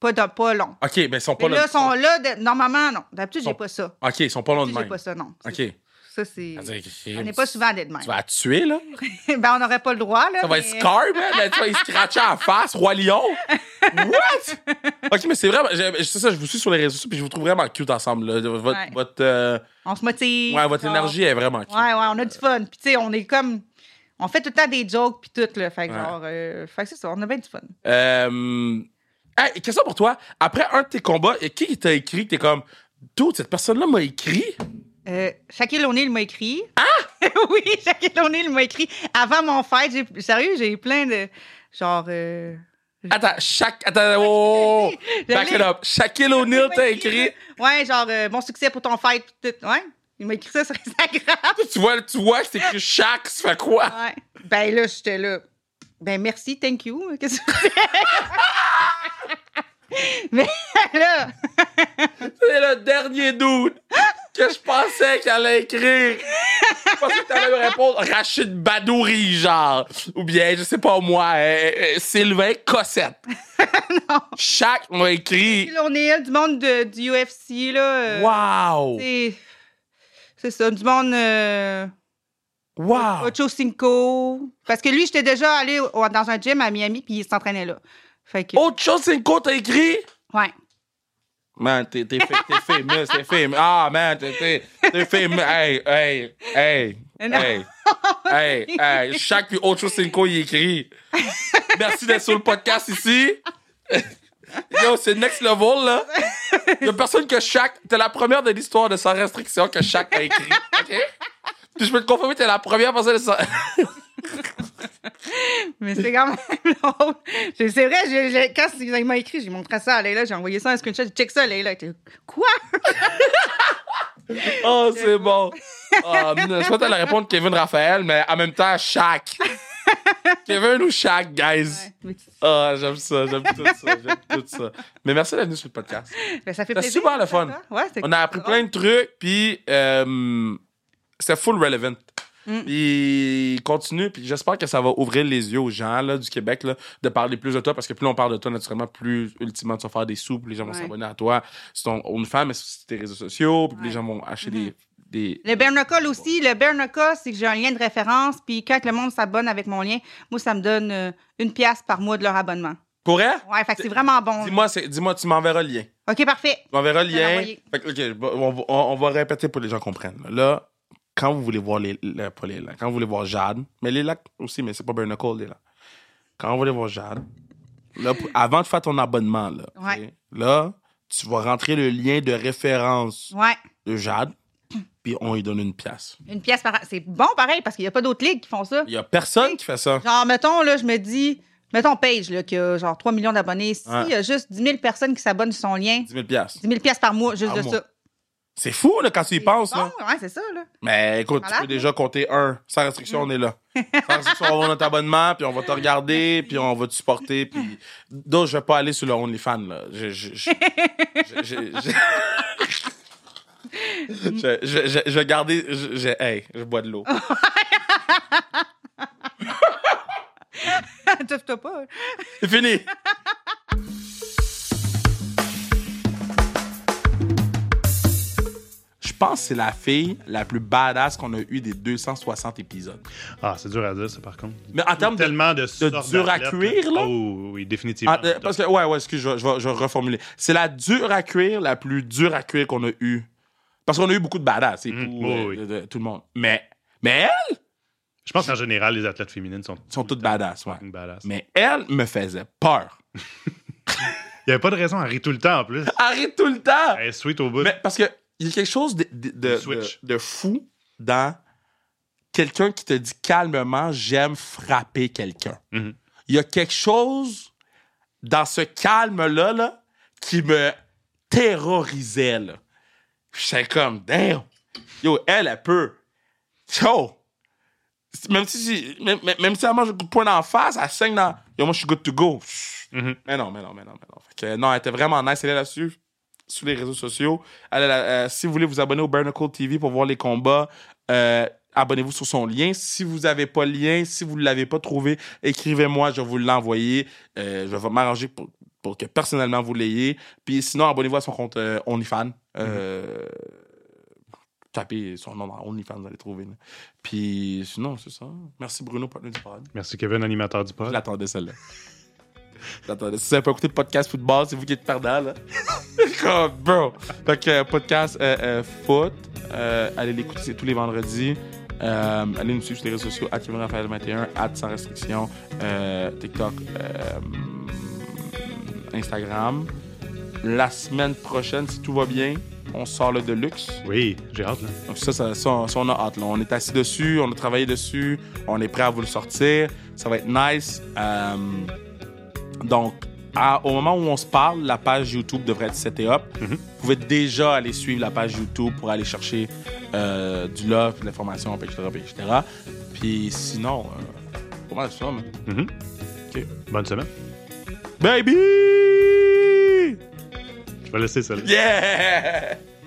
Pas, d'un- pas long. Ok, mais ils sont pas Mais là, là. sont là. de- Normalement, non. D'habitude, j'ai Sont- pas ça. Ok, ils sont pas longs de D'habitude, J'ai même. pas ça, non. C'est- Ok. Ça, c'est. Elle dirait que- On n'est pas souvent allé de même. Tu vas la tuer, là? ben, on n'aurait pas le droit, là. Ça va mais- être Scar, man. Ben, Tu vas y scratcher à la face, Roi Lion. What? OK, mais c'est vraiment... j'ai- C'est ça, je vous suis sur les réseaux sociaux, puis je vous trouve vraiment cute ensemble. là. Votre, Ouais. votre, euh, On se motive. ouais, votre genre. énergie est vraiment cute. Ouais, ouais, on a du fun. Puis, tu sais, on est comme. On fait tout le temps des jokes, puis tout, là. Fait que, Ouais. genre. euh, Fait que c'est ça, on a bien du fun. Euh, hey, question pour toi. Après un de tes combats, et qui t'a écrit que t'es comme... Dude, cette personne-là m'a écrit? Euh, Shaquille O'Neal m'a écrit. Ah! oui, Shaquille O'Neal m'a écrit. Avant mon fight, j'ai- sérieux, j'ai eu plein de. Genre. euh, Attends, chaque... Attends, oh! Back it up. Shaquille O'Neal Il m'a t'a écrit. Ouais, genre, euh, bon succès pour ton fight. pis tout. Ouais. Il m'a écrit ça sur Instagram. Tu vois, tu vois que c'est écrit Shaq, ça fait quoi? Ouais. Ben là, j'étais là. Ben merci, thank you. Qu'est-ce que Mais là, C'est le dernier dude que je pensais qu'elle allait écrire. Je pensais que t'allais me répondre Rachid Badouri, genre. Ou bien, je sais pas moi, euh, euh, Sylvain Cossette. Non. Chaque m'a écrit. on est du monde de- du UFC, là. euh, Wow! c'est- C'est ça, du monde euh, Wow! Ocho Cinco. Parce que lui, j'étais déjà allé au- dans un gym à Miami, puis il s'entraînait là. Fait que, Autre chose, c'est quoi t'as écrit? ouais. Man, t'es t'es fa- t'es famous, t'es famous. Ah, man, t'es- t'es t'es famous. Hey, hey, hey, Non. hey. Hey, hey, chaque puis autre chose, Cinco, il écrit. Merci d'être sur le podcast ici. Yo, c'est next level, là. Il y a personne que chaque. T'es la première de l'histoire de sans restriction que chaque a écrit. OK? Puis je peux te confirmer, t'es la première personne de sans. Mais c'est quand même drôle. C'est c'est vrai, je- je- quand il m'a écrit, j'ai montré ça à Leila, j'ai envoyé ça un screenshot, j'ai check ça, Leila. J'étais, Quoi? Oh, c'est bon. Ah, je sais pas la répondre Kevin Raphaël, mais en même temps, chaque. Kevin ou chaque, guys. Mais tu- Ah, j'aime ça, j'aime tout ça, j'aime tout ça. Mais merci d'être venu sur le podcast. ben, ça fait C'était plaisir. super le fun. ça. Ouais, c'est On a appris plein de trucs, puis euh, c'est full relevant. Mm. Puis continue, puis j'espère que ça va ouvrir les yeux aux gens là, du Québec là, de parler plus de toi, parce que plus on parle de toi, naturellement, plus ultimement tu vas faire des sous, puis les gens vont Ouais. s'abonner à toi. C'est ton OnlyFans, mais c'est tes réseaux sociaux, puis les gens vont acheter Mm-hmm. des, des. Le bare knuckle aussi. Le bare knuckle, c'est que j'ai un lien de référence, puis quand le monde s'abonne avec mon lien, moi, ça me donne euh, une pièce par mois de leur abonnement. Pour elle? Ouais, fait que c'est vraiment bon. Dis-moi, c'est- dis-moi, tu m'enverras le lien. OK, parfait. On verra le Je vais lien. l'envoyer. Fait que, ok, bon, on, va- on- on va répéter pour que les gens comprennent. là. Là, quand vous voulez voir les, les- pas les lacs, quand vous voulez voir Jade, mais les lacs aussi, mais c'est pas Bernacle, les lacs. Quand vous voulez voir Jade, là, pour- avant de faire ton abonnement, là, Ouais. ok, là, tu vas rentrer le lien de référence Ouais, de Jade, puis on lui donne une pièce. une pièce par. C'est bon pareil, parce qu'il n'y a pas d'autres ligues qui font ça. Il y a personne qui fait ça. Genre, mettons, là, je me dis, mettons Page, là, qui a genre 3 millions d'abonnés. S'il Ouais. y a juste 10 000 personnes qui s'abonnent sur son lien, 10 000 pièces. 10 000 pièces par mois, juste Par de mois. ça. C'est fou, là, quand tu y penses, bon, là. ouais, c'est ça, là. Mais écoute, tu Malade, peux déjà compter un. Sans restriction, on est là. Sans restriction, on va avoir notre abonnement, puis on va te regarder, puis on va te supporter. Puis... D'autres, je vais pas aller sur le OnlyFans, là. Je, je, je- je- je- je- je- je- je- je vais garder. Je, je- hey, je bois de l'eau. hein. T'offres-toi pas. C'est fini. pense que c'est la fille la plus badass qu'on a eue des 260 épisodes. Ah, c'est dur à dire, ça, par contre. Mais en termes de. Tellement de, sortes dur à d'athlètes, cuire, là. Oh, oui, définitivement. en- euh, parce que, ouais, ouais, excuse, je, vais- je vais- je vais reformuler. C'est la dure à cuire, la plus dure à cuire qu'on a eue. Parce qu'on a eu beaucoup de badass, c'est Mm, tout, oui, euh, oui. de- de- tout le monde. Mais, mais elles Je pense qu'en général, les athlètes féminines sont sont toutes badass, ouais. fucking badass. Mais elle me faisait peur. Il n'y avait pas de raison, elle rit tout le temps en plus. Arrête tout le temps! Elle est sweet au bout. Mais parce que il y a quelque chose de, de- de- Du switch. de- de fou dans quelqu'un qui te dit calmement j'aime frapper quelqu'un. Mhm. Il y a quelque chose dans ce calme-là là, qui me terrorisait. Là. J'étais comme damn. Yo, elle, elle peut. Yo! Même si, même, même- même si elle mange un coup de poing en face, elle saigne dans. Yo, moi, je suis good to go. Mhm. Mais non, mais non, mais non, mais non. Fait que, non, elle était vraiment nice. Elle est là-dessus, sur les réseaux sociaux. Elle est là- euh, si vous voulez vous abonner au Barnacle TV pour voir les combats, euh, abonnez-vous sur son lien. Si vous n'avez pas le lien, si vous ne l'avez pas trouvé, écrivez-moi, je vais vous l'envoyer. Euh, je vais m'arranger pour, pour que personnellement vous l'ayez. Puis sinon, abonnez-vous à son compte euh, OnlyFans. Euh, Tapez son nom dans OnlyFans, vous allez trouver. là. Puis sinon, c'est ça. Merci Bruno, partenaire du pod. Merci Kevin, animateur du Je pod. l'attendais celle-là. Je l'attendais. Si vous avez pas écouté le podcast football, c'est vous qui êtes perdant, là. Comme, Oh, bro. Fait que euh, podcast euh, euh, foot, euh, allez l'écouter, c'est tous les vendredis. Euh, allez nous suivre sur les réseaux sociaux, at 21 at sans restriction, euh, TikTok, euh, Instagram. La semaine prochaine, si tout va bien, on sort le Deluxe. Oui, j'ai hâte, là. Donc ça, ça, ça, on- ça, on a hâte. là. On est assis dessus, on a travaillé dessus, on est prêt à vous le sortir. Ça va être nice. Euh, donc, à- au moment où on se parle, la page YouTube devrait être set up. Mhm. Vous pouvez déjà aller suivre la page YouTube pour aller chercher euh, du love, de l'information, puis etc., puis etc. Puis sinon, euh, pas mal de ça, man. Mhm. Ok. Bonne semaine. Baby! Je vais laisser ça. là. Yeah!